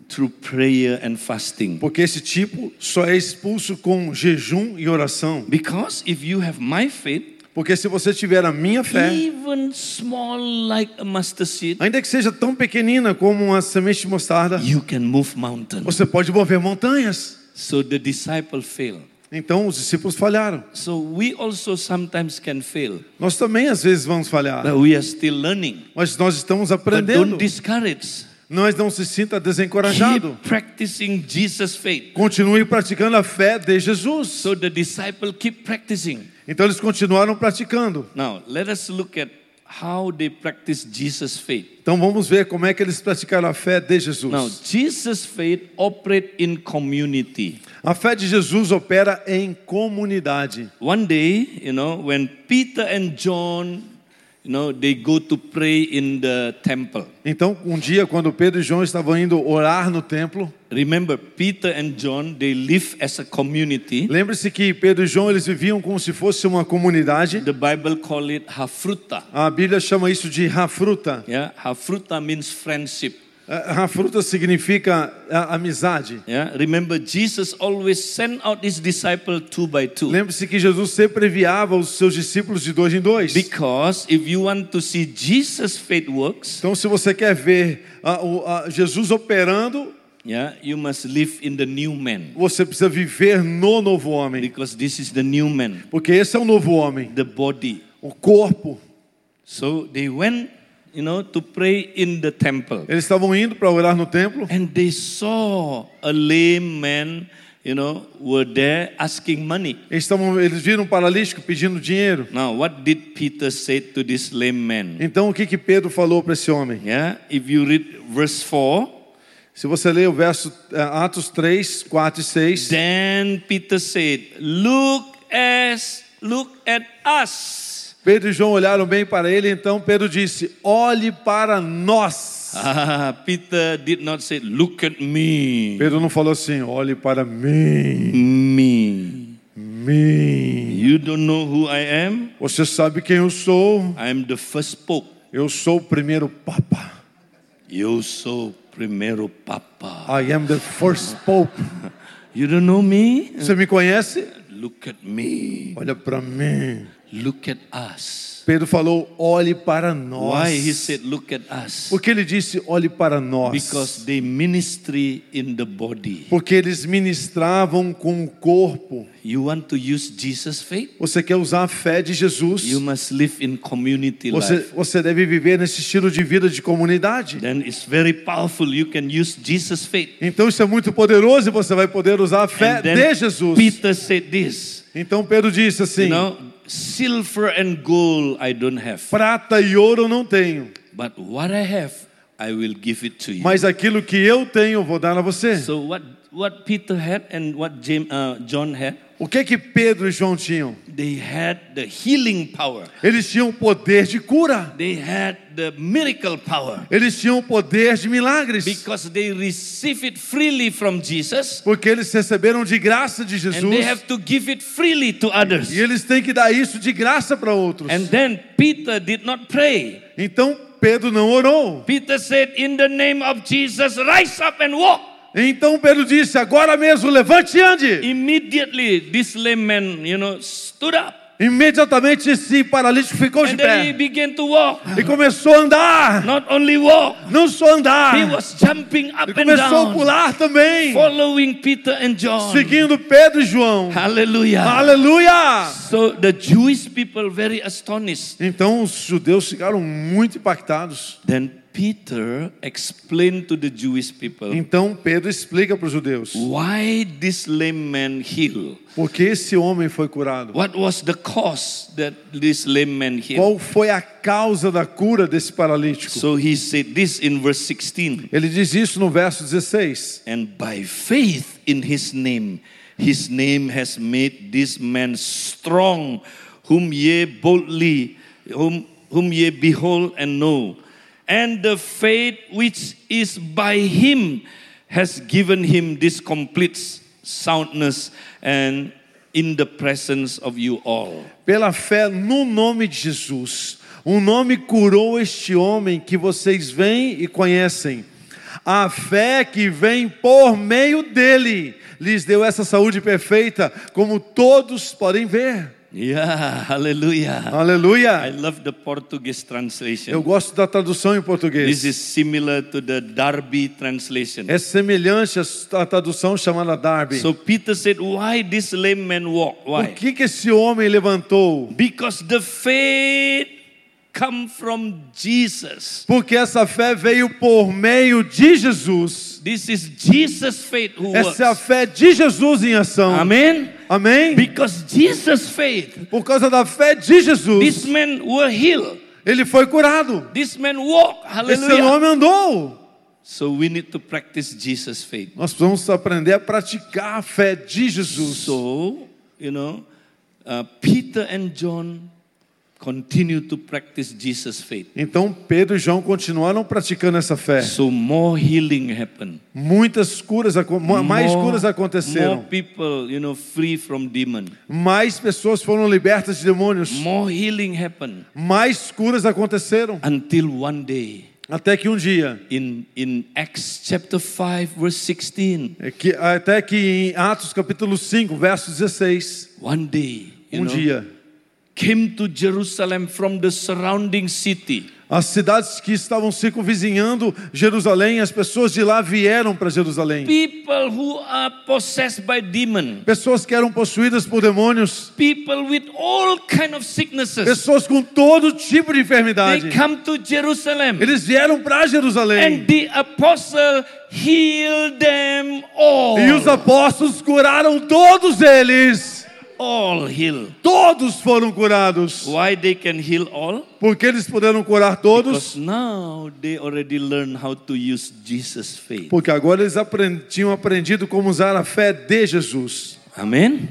A: through prayer and fasting.
B: Porque esse tipo só é expulso com jejum e oração.
A: Because if you have my faith,
B: Porque se você tiver a minha fé,
A: even small like a mustard seed,
B: ainda que seja tão pequenina como uma semente de mostarda,
A: you can move mountains.
B: você pode mover montanhas.
A: So the disciple failed.
B: Então os discípulos falharam.
A: So we also sometimes can fail,
B: Nós também às vezes vamos falhar.
A: but we are still learning.
B: Mas nós estamos
A: But
B: aprendendo.
A: don't discourage.
B: Nós não se sinta desencorajado.
A: Keep practicing Jesus' faith.
B: Continue praticando a fé de Jesus.
A: So the disciple keep practicing.
B: Então eles continuaram praticando.
A: Now let us look at how they practiced Jesus' faith.
B: Então vamos ver como é que eles praticaram a fé de Jesus.
A: Now, Jesus' faith operate in community.
B: A fé de Jesus opera em comunidade.
A: One day, you know, when Peter and John, you know, they go to pray in the temple.
B: Então, um dia, quando Pedro e João estavam indo orar no templo,
A: Remember, Peter and John, they live as a community.
B: lembre-se que Pedro e João eles viviam como se fosse uma comunidade.
A: The Bible call it hafruta.
B: A Bíblia chama isso de rafruta.
A: Yeah, hafruta means friendship.
B: Eh, Rafruta significa ah, amizade.
A: Yeah, remember Jesus always sent out his disciple two by two.
B: Lembre-se que Jesus sempre enviava os seus discípulos de dois em dois.
A: Because if you want to see Jesus' faith works,
B: Então, se você quer ver ah, o- ah, Jesus operando,
A: yeah, you must live in the new man.
B: você precisa viver no novo homem.
A: Because this is the new man,
B: Porque esse é o novo homem,
A: the body.
B: o corpo.
A: So they went, you know, to pray in the temple.
B: Eles estavam indo para orar no templo
A: And they saw a lame man, you know, were there asking money.
B: Eles, estavam, eles viram um paralítico pedindo dinheiro.
A: Now, what did Peter say to this lame man?
B: Então o que que Pedro falou para esse homem?
A: Yeah, if you read verse 4,
B: Se você ler o verso eh, Atos 3, 4 e 6,
A: then Peter said, "Look as look at us."
B: Pedro e João olharam bem para ele, então Pedro disse: "Olhe para nós".
A: Ah, Peter did not say, "Look at me."
B: Pedro não falou assim: "Olhe para mim,
A: Me.
B: mim".
A: You don't know who I am?
B: Você sabe quem eu sou?
A: I am the first pope.
B: Eu sou o primeiro papa.
A: Eu sou o primeiro papa.
B: I am the first pope.
A: You don't know me?
B: Você me conhece?
A: Look at me.
B: Olha para mim.
A: Look at us.
B: Pedro falou: "Olhe para nós".
A: Why he said, "Look at us"?
B: Porque ele disse: "Olhe para nós".
A: Because they ministry in the body.
B: Porque eles ministravam com o corpo.
A: You want to use Jesus' faith?
B: Você quer usar a fé de Jesus?
A: You must live in community
B: Você,
A: life.
B: você deve viver nesse estilo de vida de comunidade.
A: Then it's very powerful. You can use Jesus' faith.
B: Então isso é muito poderoso e você vai poder usar a fé
A: And then
B: de Jesus.
A: Peter said this.
B: Então Pedro disse assim:
A: You know, silver and gold I don't have,
B: prata e ouro eu não tenho,
A: but what I have, I will give it to you.
B: mas aquilo que eu tenho eu vou dar a você.
A: so what what Peter had and what James, uh, John had,
B: O que é que Pedro e João tinham?
A: they had the healing power.
B: Eles tinham o poder de cura.
A: They had the miracle power
B: Eles tinham o poder de milagres.
A: because they receive it freely from Jesus.
B: Porque eles receberam de graça de
A: And they
B: Jesus.
A: have to give it freely to others.
B: E eles têm que dar isso de graça para outros.
A: And then Peter did not pray.
B: Então Pedro não orou.
A: Peter said, In the name of Jesus, rise up and walk.
B: Então Pedro disse: Agora mesmo, levante e ande.
A: Immediately, this lame man, you know, stood up
B: Imediatamente esse paralítico ficou de
A: and then he
B: pé
A: began to walk.
B: e começou a andar.
A: Not only walk,
B: Não só andar,
A: he was jumping up
B: ele
A: and
B: começou a
A: down,
B: pular também,
A: following Peter and John.
B: seguindo Pedro e João.
A: Hallelujah.
B: Aleluia!
A: So the Jewish people very astonished.
B: Então os judeus ficaram muito impactados.
A: Then Peter explained to the Jewish people
B: Então Pedro explica para os judeus
A: why this lame man healed.
B: porque esse homem foi curado.
A: What was the cause that this lame man healed?
B: Qual foi a causa da cura desse paralítico?
A: So he said this in verse 16.
B: Ele diz isso no verso 16.
A: And by faith in his name, his name has made this man strong, whom ye boldly, whom, whom ye behold and know. And the faith which is by him has given him this complete soundness and in the presence of you all.
B: Pela fé no nome de Jesus, um nome curou este homem que vocês veem e conhecem. A fé que vem por meio dele lhes deu essa saúde perfeita, como todos podem ver.
A: Yeah, hallelujah. I
B: Aleluia!
A: love the Portuguese translation.
B: Eu gosto da tradução em
A: This
B: português.
A: is similar to the Darby translation.
B: É semelhante à tradução chamada Darby.
A: So Peter said, Why this lame man walk?
B: Por
A: Why?
B: que, que esse homem levantou?
A: Because the faith come from Jesus.
B: Porque essa fé veio por meio de Jesus.
A: This is Jesus' faith who
B: Essa é a
A: works.
B: fé de Jesus em ação.
A: Amen.
B: Amém?
A: Because Jesus' faith,
B: Por causa da fé de Jesus,
A: this man were healed.
B: Ele foi curado.
A: This man walked.
B: Esse
A: Hallelujah.
B: homem andou.
A: So we need to practice Jesus' faith.
B: Nós precisamos aprender a praticar a fé de Jesus.
A: So, you know, uh, Peter and John continue to practice Jesus' faith.
B: Então Pedro e João continuaram praticando essa fé.
A: So more healing happened.
B: Muitas curas, aco- ma- mais
A: More-
B: curas
A: More
B: aconteceram.
A: people, you know, free from demon.
B: Mais pessoas foram libertas de demônios.
A: More healing happened
B: Mais curas aconteceram.
A: until one day
B: Até que um dia,
A: in in Acts chapter 5 verse 16.
B: é que- até que em Atos capítulo 5, verso 16,
A: One day, you
B: um
A: know,
B: dia,
A: came to Jerusalem from the surrounding city.
B: as cidades que estavam circunvizinhando Jerusalém, as pessoas de lá vieram para Jerusalém.
A: People who are possessed by demon.
B: Pessoas que eram possuídas por demônios,
A: People with all kind of sicknesses.
B: pessoas com todo tipo de
A: They
B: enfermidade.
A: come to Jerusalem.
B: Eles vieram para Jerusalém.
A: And the apostle healed them all.
B: E os apóstolos curaram todos eles.
A: all healed.
B: Todos foram curados.
A: Why they can heal all?
B: Porque eles puderam curar todos.
A: Because now they already learn how to use Jesus' faith.
B: Porque agora eles apren- tinham aprendido como usar a fé de Jesus.
A: Amen.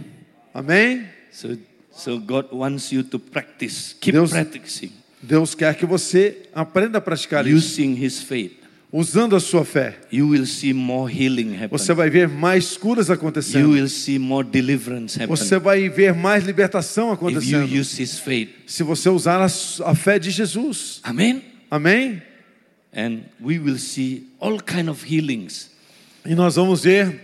B: Amém?
A: So, so God wants you to practice, keep
B: Deus-
A: practicing,
B: Deus quer que você aprenda a praticar isso.
A: using His faith.
B: Usando a sua fé,
A: You will see more healing happen.
B: você vai ver mais curas
A: You
B: acontecendo.
A: will see more deliverance happen
B: Você vai ver mais libertação
A: if you
B: acontecendo.
A: use His faith.
B: Se você usar a su- a fé de Jesus.
A: Amen.
B: Amém?
A: And we will see all kind of healings.
B: E nós vamos ver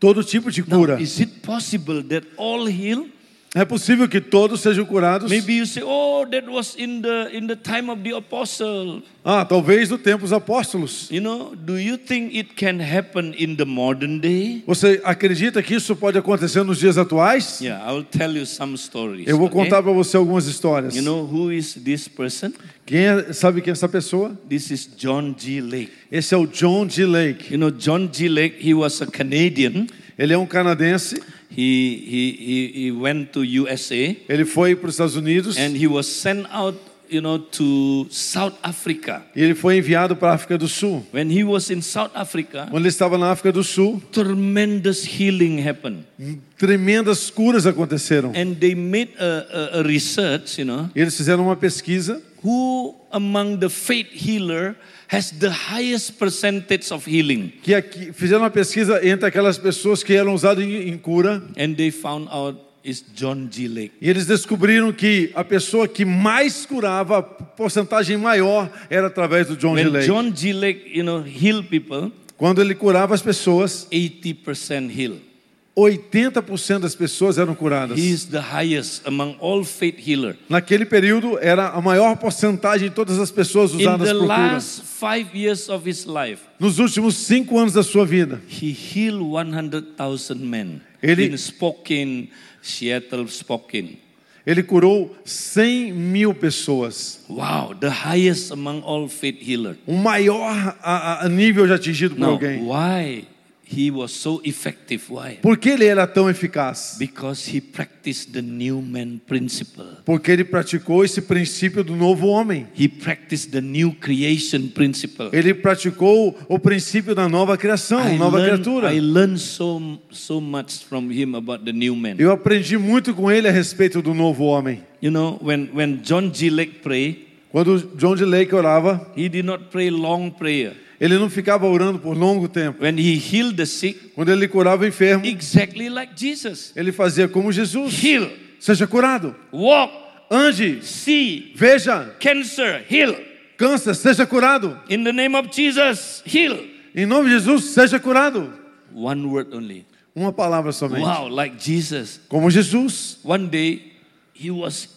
B: todo tipo de
A: Now,
B: cura.
A: is it possible that all heal?
B: É possível que todos sejam curados.
A: Maybe you say, "Oh, that was in the in the time of the apostle."
B: Ah, talvez no tempo dos apóstolos.
A: You know, do you think it can happen in the modern day?
B: Você acredita que isso pode acontecer nos dias atuais?
A: Yeah, I will tell you some stories.
B: Eu vou
A: okay?
B: contar para você algumas histórias.
A: You know who is this person?
B: Quem é- sabe quem é essa pessoa?
A: This is John G. Lake.
B: Esse é o John D. Lake.
A: You know, John G. Lake. He was a Canadian.
B: Ele é um canadense.
A: He he he, he went to USA
B: Ele foi para os Estados Unidos
A: and he was sent out. You know, to South Africa.
B: e ele foi enviado para a África do Sul.
A: When he was in South Africa,
B: Quando ele estava na África do Sul,
A: tremendous healing happened.
B: tremendas curas aconteceram.
A: And they made a, a, a research, you know,
B: E eles fizeram uma pesquisa
A: who among the faith healer has the highest percentage of healing.
B: que aqui, fizeram uma pesquisa entre aquelas pessoas que eram usadas em, em cura
A: And they found out it's John G. Lake.
B: e eles descobriram que a pessoa que mais curava, a porcentagem maior era através do John D.
A: When
B: Lake.
A: John G. Lake, you know, heal people,
B: Quando ele curava as pessoas,
A: 80% heal.
B: 80% das pessoas eram curadas.
A: He is the highest among all faith healer.
B: Naquele período era a maior porcentagem de todas as pessoas
A: In
B: usadas
A: the
B: por cura.
A: last five years of his life,
B: Nos últimos cinco anos da sua vida,
A: he healed 100,000 men
B: Ele-
A: in Spokane, Seattle, Spokane.
B: ele curou 100 mil pessoas.
A: Wow, the highest among all faith healer.
B: O maior a, a- a nível já atingido por
A: Now,
B: alguém.
A: why he was so effective? Why?
B: Por que ele era tão eficaz?
A: Because he practiced the new man principle.
B: Porque ele praticou esse princípio do novo homem.
A: He practiced the new creation principle.
B: Ele praticou o princípio da nova criação, nova
A: learned,
B: criatura.
A: I learned so, so much from him about the new man.
B: Eu aprendi muito com ele a respeito do novo homem.
A: You know, when, when John G. Lake prayed,
B: Quando John de Lake orava,
A: he did not pray long prayer.
B: ele não ficava orando por longo tempo.
A: When he healed the sick,
B: Quando ele curava o enfermo,
A: exactly like Jesus.
B: ele fazia como Jesus:
A: Heal,
B: seja curado,
A: walk,
B: ande,
A: see,
B: veja,
A: cancer, heal.
B: câncer, seja curado.
A: In the name of Jesus, heal.
B: Em nome de Jesus, seja curado.
A: One word only.
B: Uma palavra somente.
A: Wow, like Jesus.
B: Como Jesus,
A: One day, he was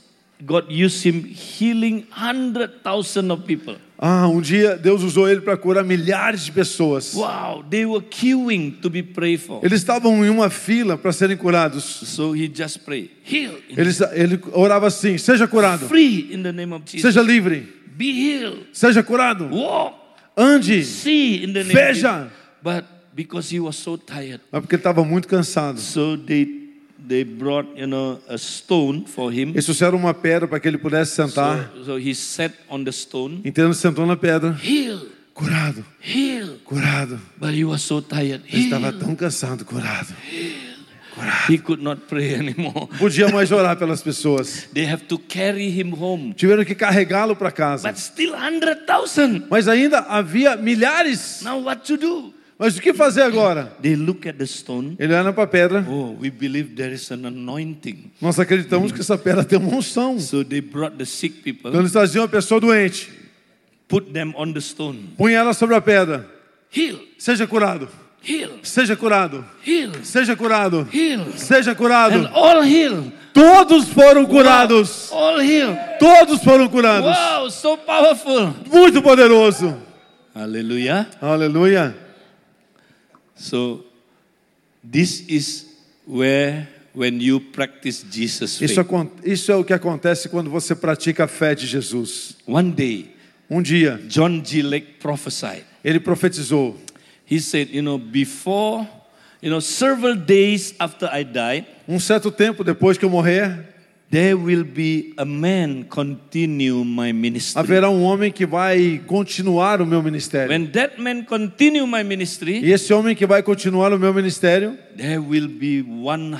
A: God used him healing hundred thousand of people.
B: ah, um dia Deus usou ele para curar milhares de pessoas.
A: Wow, they were queuing to be prayed for.
B: Eles estavam em uma fila para serem curados.
A: So he just prayed, heal,
B: Ele, ele orava assim: seja curado,
A: free in the name of Jesus.
B: seja livre,
A: Be healed,
B: seja curado,
A: walk,
B: ande.
A: see in the name of
B: Veja.
A: Jesus. But because he was so tired,
B: Mas porque ele estava muito cansado.
A: so they they brought, you know, a stone for him.
B: Eles trouxeram uma pedra para que ele pudesse sentar.
A: So, so he sat on the stone.
B: Então ele sentou na pedra,
A: Heal,
B: curado,
A: heal.
B: curado.
A: But he was so tired.
B: Ele
A: Heal.
B: estava tão cansado, curado.
A: He could not pray anymore.
B: Podia mais orar pelas pessoas.
A: They have to carry him home.
B: Tiveram que carregá-lo para casa.
A: But still 100,000.
B: Mas ainda havia milhares.
A: Now what to do?
B: Mas o que fazer agora?
A: They look at the stone.
B: Ele olha para a pedra.
A: Oh, we believe there is an anointing.
B: Nós acreditamos que essa pedra tem uma unção.
A: So they brought the sick
B: Então
A: people,
B: eles traziam uma pessoa doente.
A: put them on the stone.
B: Punha ela sobre a pedra.
A: Heal,
B: Seja curado.
A: heal,
B: Seja curado.
A: heal,
B: Seja curado.
A: heal.
B: Seja
A: And
B: curado.
A: all heal.
B: Todos foram curados.
A: All heal.
B: Todos foram curados.
A: Wow, so powerful.
B: Muito poderoso.
A: Hallelujah.
B: Aleluia.
A: So this is where when you practice Jesus faith.
B: Isso, acon- isso é o que acontece quando você pratica a fé de Jesus.
A: One day,
B: Um dia,
A: John G. Lake prophesied.
B: ele profetizou.
A: He said, you know, before, you know, several days after I died,
B: Um certo tempo depois que eu morrer,
A: there will be a man continue my ministry.
B: haverá um homem que vai continuar o meu ministério.
A: When that man continue my
B: E
A: ministry,
B: esse homem que vai continuar o meu ministério,
A: there will be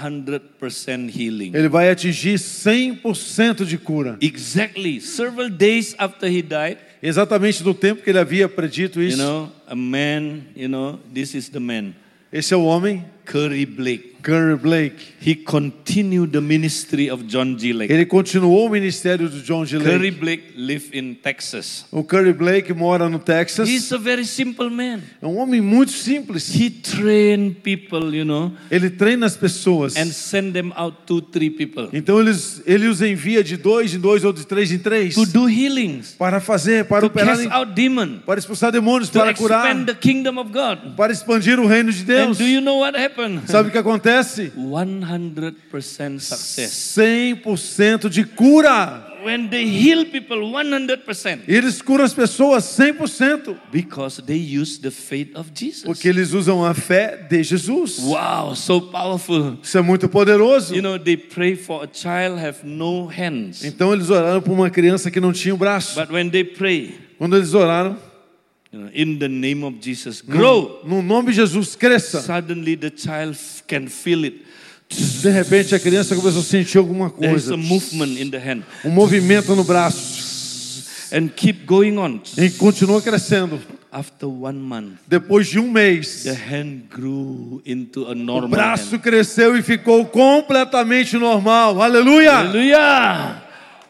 A: 100% healing.
B: ele vai atingir 100% de cura.
A: Exactly, several days after he died,
B: Exatamente no tempo que ele havia predito
A: you
B: isso.
A: know, a man, you know, this is the man,
B: Esse é o homem,
A: Curry Blake.
B: Curry Blake.
A: He continued the ministry of John G. Lake.
B: Ele continuou o ministério do John G.
A: Curry
B: Lake.
A: Blake lived in Texas.
B: O Curry Blake mora no Texas.
A: He's a very simple man.
B: É um homem muito simples.
A: He trained people, you know,
B: Ele treina as pessoas.
A: and sent them out two, three people
B: Então eles, ele os envia de dois em dois ou de três em três
A: to do healings,
B: para fazer, para
A: to
B: operar,
A: cast
B: em,
A: out demons,
B: para expulsar demônios,
A: to
B: para curar,
A: expand the kingdom of God.
B: para expandir o reino de
A: And
B: Deus.
A: do you know what happened?
B: Sabe o que acontece?
A: 100% success.
B: 100% de cura.
A: When they heal people 100%,
B: Eles curam as pessoas 100%,
A: because they use the faith of
B: porque
A: Jesus.
B: eles usam a fé de Jesus.
A: Wow, so powerful.
B: Isso é muito poderoso.
A: You know, they pray for a child have no hands.
B: Então eles oraram por uma criança que não tinha o braço.
A: But when they pray,
B: Quando eles oraram,
A: you know, in the name of Jesus, grow.
B: no nome de Jesus, cresça.
A: Suddenly the child f- can feel it.
B: De repente a criança começou a sentir alguma
A: There is
B: coisa.
A: a movement in the hand.
B: Um movimento no braço.
A: And keep going on.
B: E continua crescendo.
A: After one month,
B: Depois de um
A: the
B: mês,
A: hand grew into a
B: o
A: normal
B: braço
A: hand.
B: cresceu e ficou completamente normal. Aleluia!
A: Hallelujah!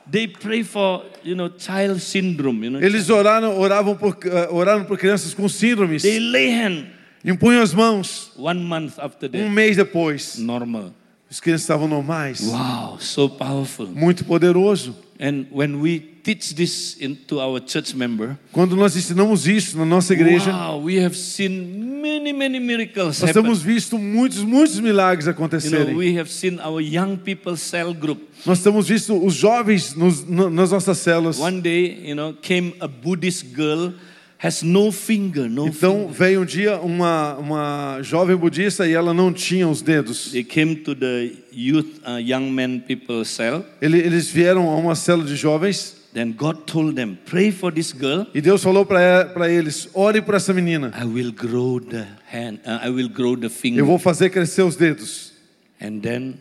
A: They pray for, you know, child syndrome, you know.
B: Eles oraram, oravam por, eh, oraram por crianças com síndromes.
A: They lay hand.
B: Impunham as mãos.
A: One month after
B: Um
A: that,
B: mês depois,
A: normal.
B: as crianças estavam normais.
A: Wow, so powerful.
B: Muito poderoso.
A: And when we teach this in, to our church member,
B: Quando nós ensinamos isso na nossa igreja,
A: wow, we have seen many, many miracles
B: nós
A: happen.
B: temos visto muitos, muitos milagres
A: You know,
B: acontecerem.
A: we have seen our young people cell group.
B: Nós temos visto os jovens nos- no- nas nossas células.
A: One day, you know, came a Buddhist girl, has no finger, no
B: Então veio um dia uma, uma jovem budista e ela não tinha os dedos.
A: They came to the youth, uh, young men people cell.
B: Ele- Eles vieram a uma célula de jovens
A: Then God told them, pray for this girl.
B: e Deus falou para eles: ore por essa menina,
A: I will grow the hand, uh, I will grow the finger.
B: eu vou fazer crescer os dedos.
A: And then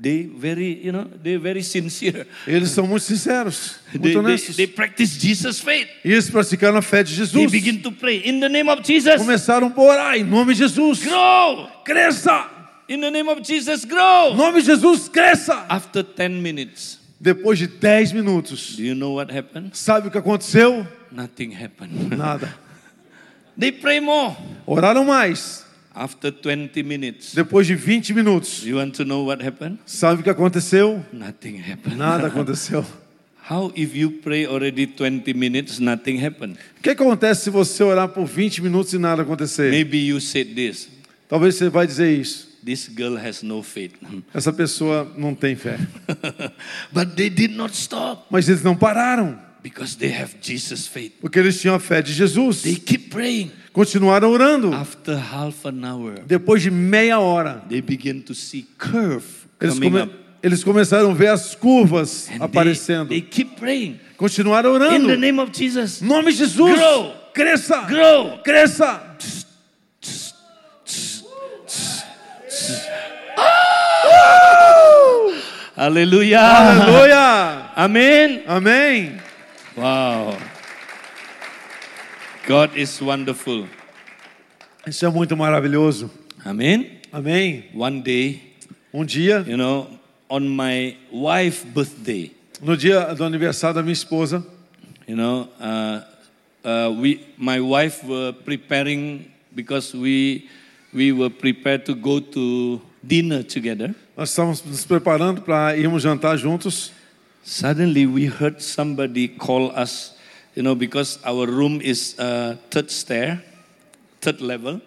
A: they very, you know, they very sincere.
B: Eles são muito sinceros,
A: They,
B: muito
A: they,
B: honestos.
A: they
B: E
A: practice Jesus' faith.
B: eles praticaram a fé de
A: They
B: Jesus.
A: begin to pray in the name of Jesus.
B: Começaram a orar em nome de Jesus.
A: Grow
B: Cresça!
A: in the name of Jesus. Grow.
B: Em nome de Jesus, cresça!
A: After 10 minutes,
B: Depois de 10 minutos,
A: do you know what happened?
B: sabe o que aconteceu?
A: Nothing happened.
B: Nada.
A: they pray more.
B: Oraram mais.
A: After 20 minutes,
B: Depois de 20 minutos,
A: you want to know what happened?
B: sabe o que aconteceu?
A: Nothing happened.
B: Nada aconteceu.
A: How if you pray already 20 minutes, nothing happened?
B: O que acontece se você orar por 20 minutos e nada acontecer?
A: Maybe you said this.
B: Talvez você vai dizer isso.
A: This girl has no faith.
B: Essa pessoa não tem fé.
A: but they did not stop
B: Mas eles não pararam,
A: because they have Jesus' faith.
B: porque eles tinham a fé de
A: They
B: Jesus.
A: keep praying.
B: Continuaram orando.
A: After half an hour,
B: Depois de meia hora,
A: they begin to see curve
B: Eles,
A: coming
B: come-
A: up.
B: eles começaram a ver as curvas
A: And they,
B: aparecendo.
A: they keep praying.
B: Continuaram
A: In
B: orando.
A: the name of Jesus.
B: Nome de Jesus.
A: Grow.
B: Cresça.
A: Grow.
B: Cresça.
A: Hallelujah.
B: Aleluia.
A: Amen.
B: Amém.
A: Wow. God is wonderful.
B: Isso é muito maravilhoso.
A: Amen.
B: Amém.
A: One day,
B: Um dia,
A: you know, on my wife's birthday,
B: no dia do aniversário da minha esposa,
A: you know, uh, uh, we, my wife were preparing because we, we were prepared to go to dinner together.
B: nós estávamos nos preparando para irmos jantar juntos.
A: Suddenly, we heard somebody call us, you know, because our room is uh, third stair, third level.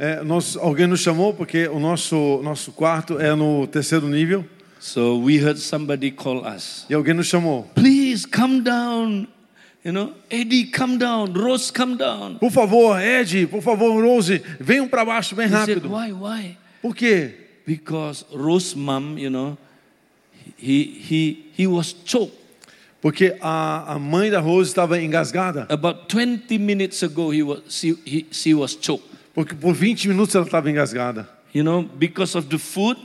B: É, nós, alguém nos chamou porque o nosso, nosso quarto é no terceiro nível
A: So we heard somebody call us.
B: e alguém nos chamou.
A: Please come down. You know, Eddie, come down. Rose, come down.
B: Por favor, Ed, por favor, Rose, venham para baixo bem
A: He said,
B: rápido.
A: why, why?
B: Por quê?
A: Because Rose mom, you know, he, he, he was choked.
B: Porque a, a mãe da Rose estava engasgada.
A: About 20 minutes ago, he was, she, he, she was choked.
B: Porque por 20 minutos ela estava engasgada.
A: You know, because of the food,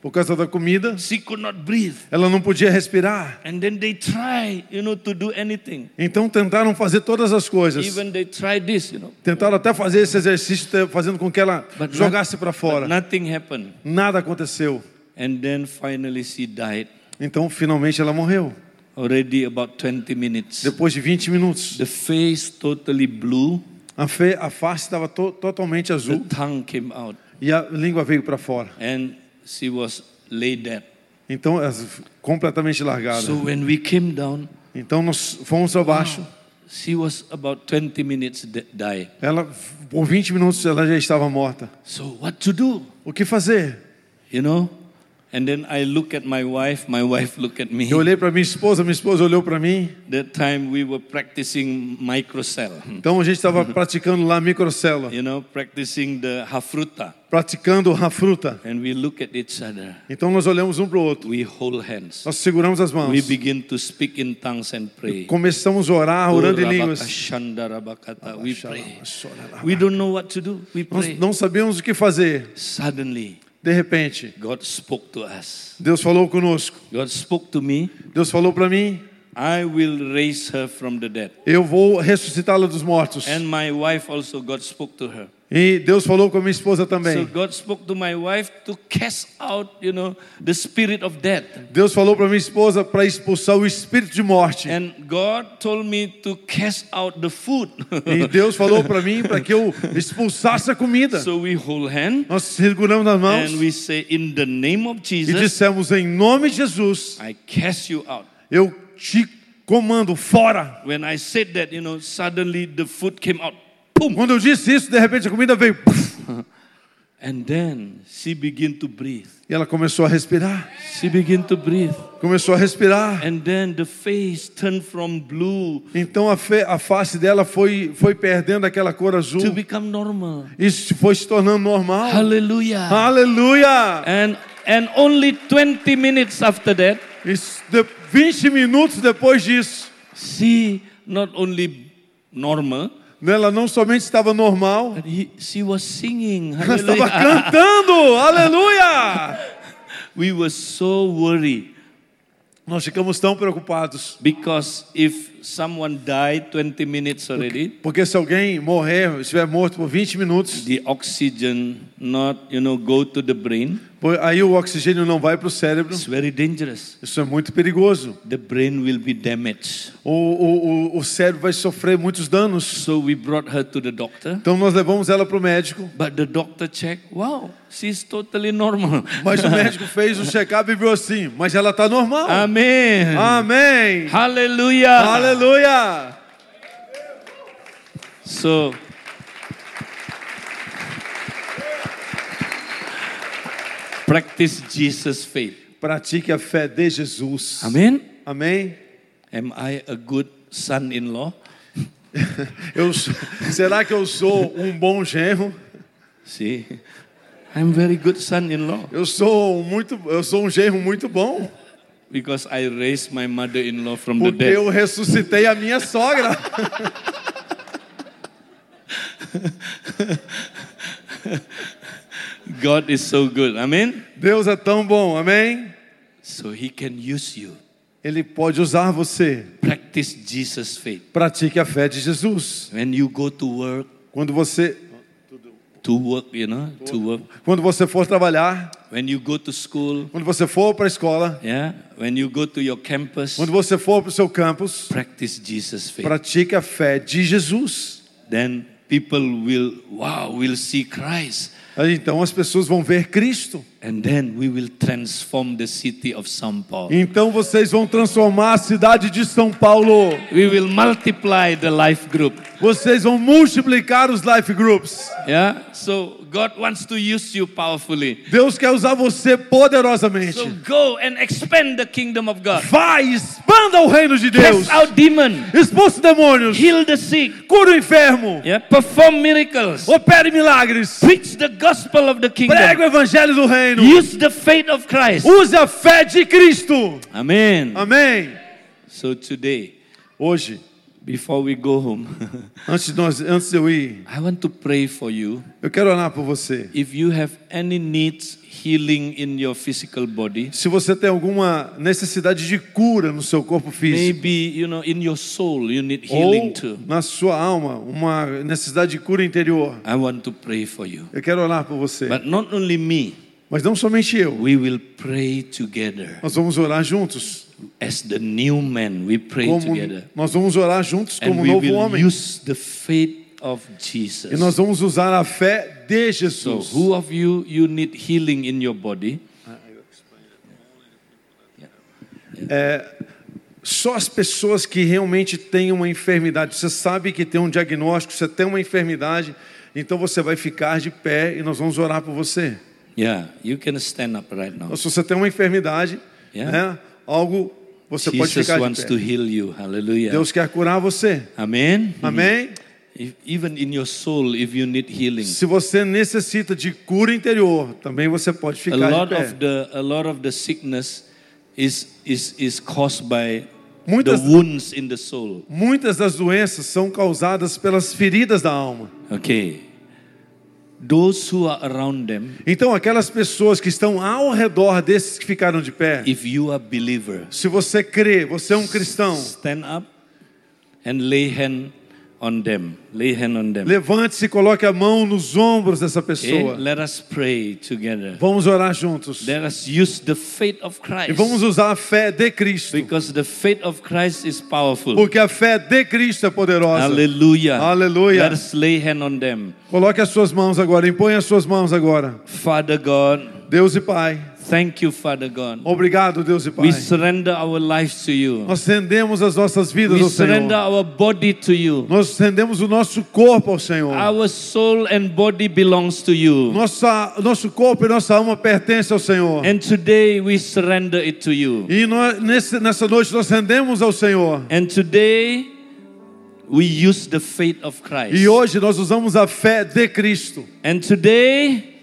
B: Por causa da comida,
A: she could not breathe.
B: ela não podia respirar.
A: And then they try, you know, to do anything.
B: Então tentaram fazer todas as coisas.
A: Even they try this, you know.
B: Tentaram até fazer esse exercício, te- fazendo com que ela
A: But
B: jogasse
A: not-
B: para fora.
A: But nothing happened.
B: Nada aconteceu.
A: And then finally she died
B: Então finalmente ela morreu.
A: already about 20 minutes.
B: Depois de 20 minutos.
A: The face totally blue,
B: A, fe, a face estava to, totalmente
A: the
B: azul
A: tongue came out,
B: e a língua veio para fora.
A: and she was laid dead.
B: Então, ela f- completamente largada.
A: So when we came down,
B: Então, nós fomos abaixo.
A: she was about 20 minutes de- die.
B: Ela, f- por 20 minutos, ela já estava morta.
A: So what to do?
B: O que fazer?
A: You know? And then I look at my wife, my wife look at me.
B: Eu olhei para minha esposa, minha esposa olhou para mim.
A: That time we were practicing microcell,
B: Então, a gente estava praticando lá a microcélula,
A: you know, practicing the hafruta.
B: praticando a fruta.
A: And we look at each other.
B: Então, nós olhamos um para o outro.
A: We hold hands.
B: Nós seguramos as mãos.
A: We begin to speak in tongues and pray.
B: Começamos a orar, orando em línguas.
A: Rabakashandarabakata. We pray. We don't know what to do. We
B: Nós
A: pray.
B: não sabíamos o que fazer.
A: Suddenly,
B: De repente,
A: God spoke to us.
B: Deus falou conosco.
A: God spoke to me.
B: Deus falou para mim.
A: I will raise her from the dead.
B: Eu vou ressuscitá-la dos mortos.
A: And my wife also, God spoke to her.
B: E Deus falou com a minha esposa
A: So
B: também.
A: God spoke to my wife to cast out, you know, the spirit of death.
B: Deus falou para minha esposa para expulsar o espírito de morte.
A: And God told me to cast out the food.
B: E Deus falou para mim para que eu expulsasse a comida.
A: so we hold hand
B: Nós seguramos nas mãos
A: and we say, in the name of
B: e
A: Jesus,
B: dissemos em nome de Jesus,
A: I cast you out.
B: eu te comando fora.
A: When I said that, you know, suddenly the food came out. Boom.
B: Quando eu disse isso, de repente a comida veio puff,
A: And then she began to breathe.
B: e ela começou a respirar,
A: She began to breathe.
B: começou a respirar.
A: And then the face turned from blue
B: Então a, fe- a face dela foi foi perdendo aquela cor azul.
A: to become normal.
B: Isso foi se tornando
A: Oh.
B: normal.
A: Hallelujah.
B: Aleluia!
A: And and only 20 minutes after that,
B: Isso, de- 20 minutos depois disso,
A: she not only normal,
B: né, ela não somente estava normal,
A: but he, she was singing.
B: ela estava
A: Hallelujah.
B: cantando, aleluia!
A: We were so worried
B: Nós ficamos tão preocupados,
A: because if someone died 20 minutes already,
B: porque se alguém morrer, estiver morto por 20 minutos,
A: the oxygen not you know go to the brain
B: pô- aí o oxigênio não vai para o cérebro,
A: it's very dangerous
B: isso é muito perigoso.
A: the brain will be damaged
B: O, o, o, o cérebro vai sofrer muitos danos.
A: so we brought her to the doctor
B: Então nós levamos ela para o médico,
A: but the doctor checked wow she's totally normal
B: mas o médico fez o check-up e viu assim, mas ela está normal.
A: amen
B: Amém!
A: Ah. hallelujah
B: Aleluia!
A: so practice jesus faith
B: Pratique a fé de Jesus.
A: amen
B: Amém?
A: am i a good son-in-law
B: Eu sou- será que eu sou um bom genro?
A: see I'm very good son-in-law
B: Eu sou um muito, eu sou um genro muito bom,
A: because I raised my mother-in-law from the
B: porque
A: dead.
B: eu ressuscitei a minha sogra.
A: God is so good. Amen.
B: Deus é tão bom, amém?
A: So he can use you.
B: Ele pode usar você.
A: Practice Jesus faith.
B: Pratique a fé de Jesus.
A: When you go to work,
B: Quando você,
A: to work, you know, to work.
B: quando você for trabalhar,
A: When you go to school,
B: quando você for para a escola,
A: yeah, when you go to your campus,
B: quando você for para o seu campus,
A: practice Jesus faith.
B: pratique a fé de Jesus.
A: Then people will wow, will see Christ.
B: Aí, Então as pessoas vão ver Cristo.
A: And then we will transform the city of São Paulo.
B: Então vocês vão transformar a cidade de São Paulo.
A: We will multiply the life group.
B: Vocês vão multiplicar os life groups.
A: Yeah? So God wants to use you powerfully.
B: Deus quer usar você poderosamente.
A: So go and expand the kingdom of God.
B: Vai, expanda o reino de Deus.
A: Cast out demon.
B: Expulse demônios.
A: Heal the sick.
B: Cura o enfermo.
A: Yeah? Perform miracles.
B: Opere milagres.
A: Preach the gospel of the
B: Pregue o
A: kingdom.
B: evangelho do reino.
A: Use the faith of Christ.
B: Use a fé de Cristo.
A: Amen.
B: Um, Amém.
A: So today,
B: Hoje,
A: before we go home,
B: antes de, nós, antes de eu ir,
A: I want to pray for you.
B: eu quero orar por você.
A: If you have any needs healing in your physical body,
B: Se você tem alguma necessidade de cura no seu corpo físico,
A: maybe you know in your soul you need healing
B: ou
A: too.
B: na sua alma, uma necessidade de cura interior,
A: I want to pray for you.
B: eu quero orar por você.
A: But not only me,
B: Mas não somente eu.
A: we will pray together.
B: Nós vamos orar juntos.
A: As the new man, we pray
B: Como,
A: together.
B: nós vamos orar juntos
A: And
B: como
A: we
B: novo
A: will
B: homem.
A: use the faith of
B: E nós
A: Jesus.
B: vamos usar a fé de
A: So
B: Jesus.
A: who of you you need healing in your body?
B: Só as pessoas que realmente têm uma enfermidade, você sabe que tem um diagnóstico, você tem uma enfermidade, então você vai ficar de pé e nós vamos orar por você.
A: Yeah, you can stand up right now.
B: Então, se você tem uma enfermidade,
A: Yeah.
B: né, algo, você pode
A: Jesus
B: ficar
A: wants
B: de
A: to
B: pé.
A: heal you. Hallelujah.
B: Deus quer curar você.
A: Amen.
B: Amém?
A: If, even in your soul, if you need healing,
B: Se você necessita de cura interior, também você pode
A: a
B: ficar de
A: lot
B: pé.
A: of the a lot of the sickness is is is caused by
B: Muitas-
A: the wounds in the soul.
B: Muitas das doenças são causadas pelas feridas da alma.
A: Okay. Those who are around them,
B: Então, aquelas pessoas que estão ao redor desses que ficaram de pé,
A: if you are believer,
B: se você crê, você é um cristão,
A: stand up and lay hand on them. Lay hand on them.
B: levante-se e coloque a mão nos ombros dessa
A: Okay?
B: pessoa.
A: Eh, Let us pray together.
B: Vamos orar juntos.
A: Let us use the faith of
B: E
A: Christ.
B: vamos usar a fé de Cristo.
A: Because the faith of Christ is powerful.
B: Porque a fé de Cristo é poderosa.
A: Hallelujah.
B: Hallelujah.
A: Let us lay hand on them.
B: Coloque as suas mãos agora, impõe as suas mãos agora.
A: Father God,
B: Deus e Pai,
A: thank you, Father God.
B: obrigado, Deus e Pai. Oh,
A: We surrender our lives to you.
B: Nós rendemos as nossas vidas
A: We
B: ao
A: surrender
B: Senhor.
A: our body to you.
B: Nós rendemos o nosso corpo ao Senhor.
A: Our soul and body belongs to
B: Oh.
A: you.
B: Nossa, nosso corpo e nossa alma pertencem ao Senhor.
A: And today we surrender it to you.
B: E nós, nesse, nessa noite nós rendemos ao Senhor.
A: And today we use the faith of Christ.
B: E hoje nós usamos a fé de Cristo.
A: And today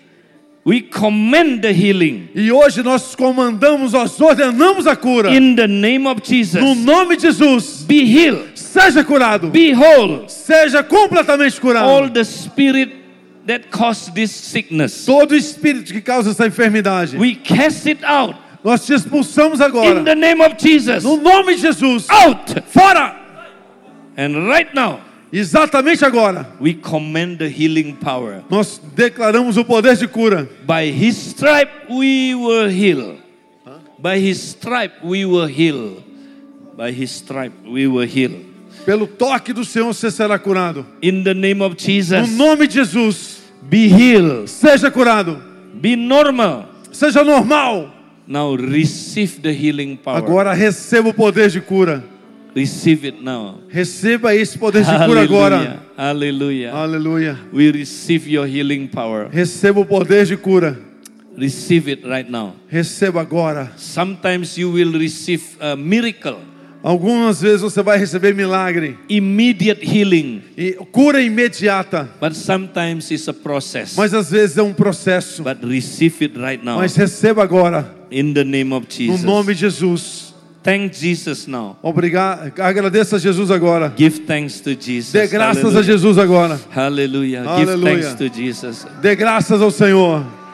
A: we command the healing
B: E hoje nós comandamos, nós ordenamos a cura.
A: in the name of
B: No
A: Jesus.
B: nome de Jesus,
A: Be healed.
B: seja curado.
A: Be whole.
B: Seja completamente
A: all
B: curado.
A: the spirit that caused this sickness.
B: Todo espírito que causa essa enfermidade,
A: We cast it out
B: nós te expulsamos agora.
A: in the Ah! name of Jesus.
B: No nome de Jesus.
A: Out!
B: Fora!
A: And right now,
B: Exatamente agora.
A: we command the healing power.
B: Nós declaramos o poder de cura.
A: By his stripe we were healed. By his stripe we were healed. By his stripe we were healed.
B: Pelo toque do Senhor você será curado.
A: In the name of
B: No
A: Jesus,
B: nome de Jesus,
A: be healed.
B: seja curado.
A: Be normal.
B: Seja normal.
A: Now receive the healing power.
B: Agora receba o poder de cura.
A: Receive it now.
B: Receba esse poder de cura
A: Hallelujah.
B: agora. Ah.
A: Hallelujah.
B: Aleluia.
A: We receive your healing power.
B: Receba o poder de cura.
A: Receive it right now.
B: Receba agora.
A: Sometimes you will receive a miracle.
B: Algumas vezes você vai receber milagre
A: immediate healing,
B: e cura imediata,
A: but sometimes it's a process.
B: mas às vezes é um processo.
A: But receive it right now
B: Mas receba agora,
A: in the name of
B: no
A: Jesus.
B: nome de Jesus.
A: Thank Jesus now.
B: Obrigado. Agradeça a Jesus agora.
A: Give thanks to Jesus.
B: Dê graças a
A: Hallelujah.
B: Jesus agora.
A: Hallelujah. Give
B: Hallelujah.
A: thanks to Jesus.
B: Dê graças ao Senhor.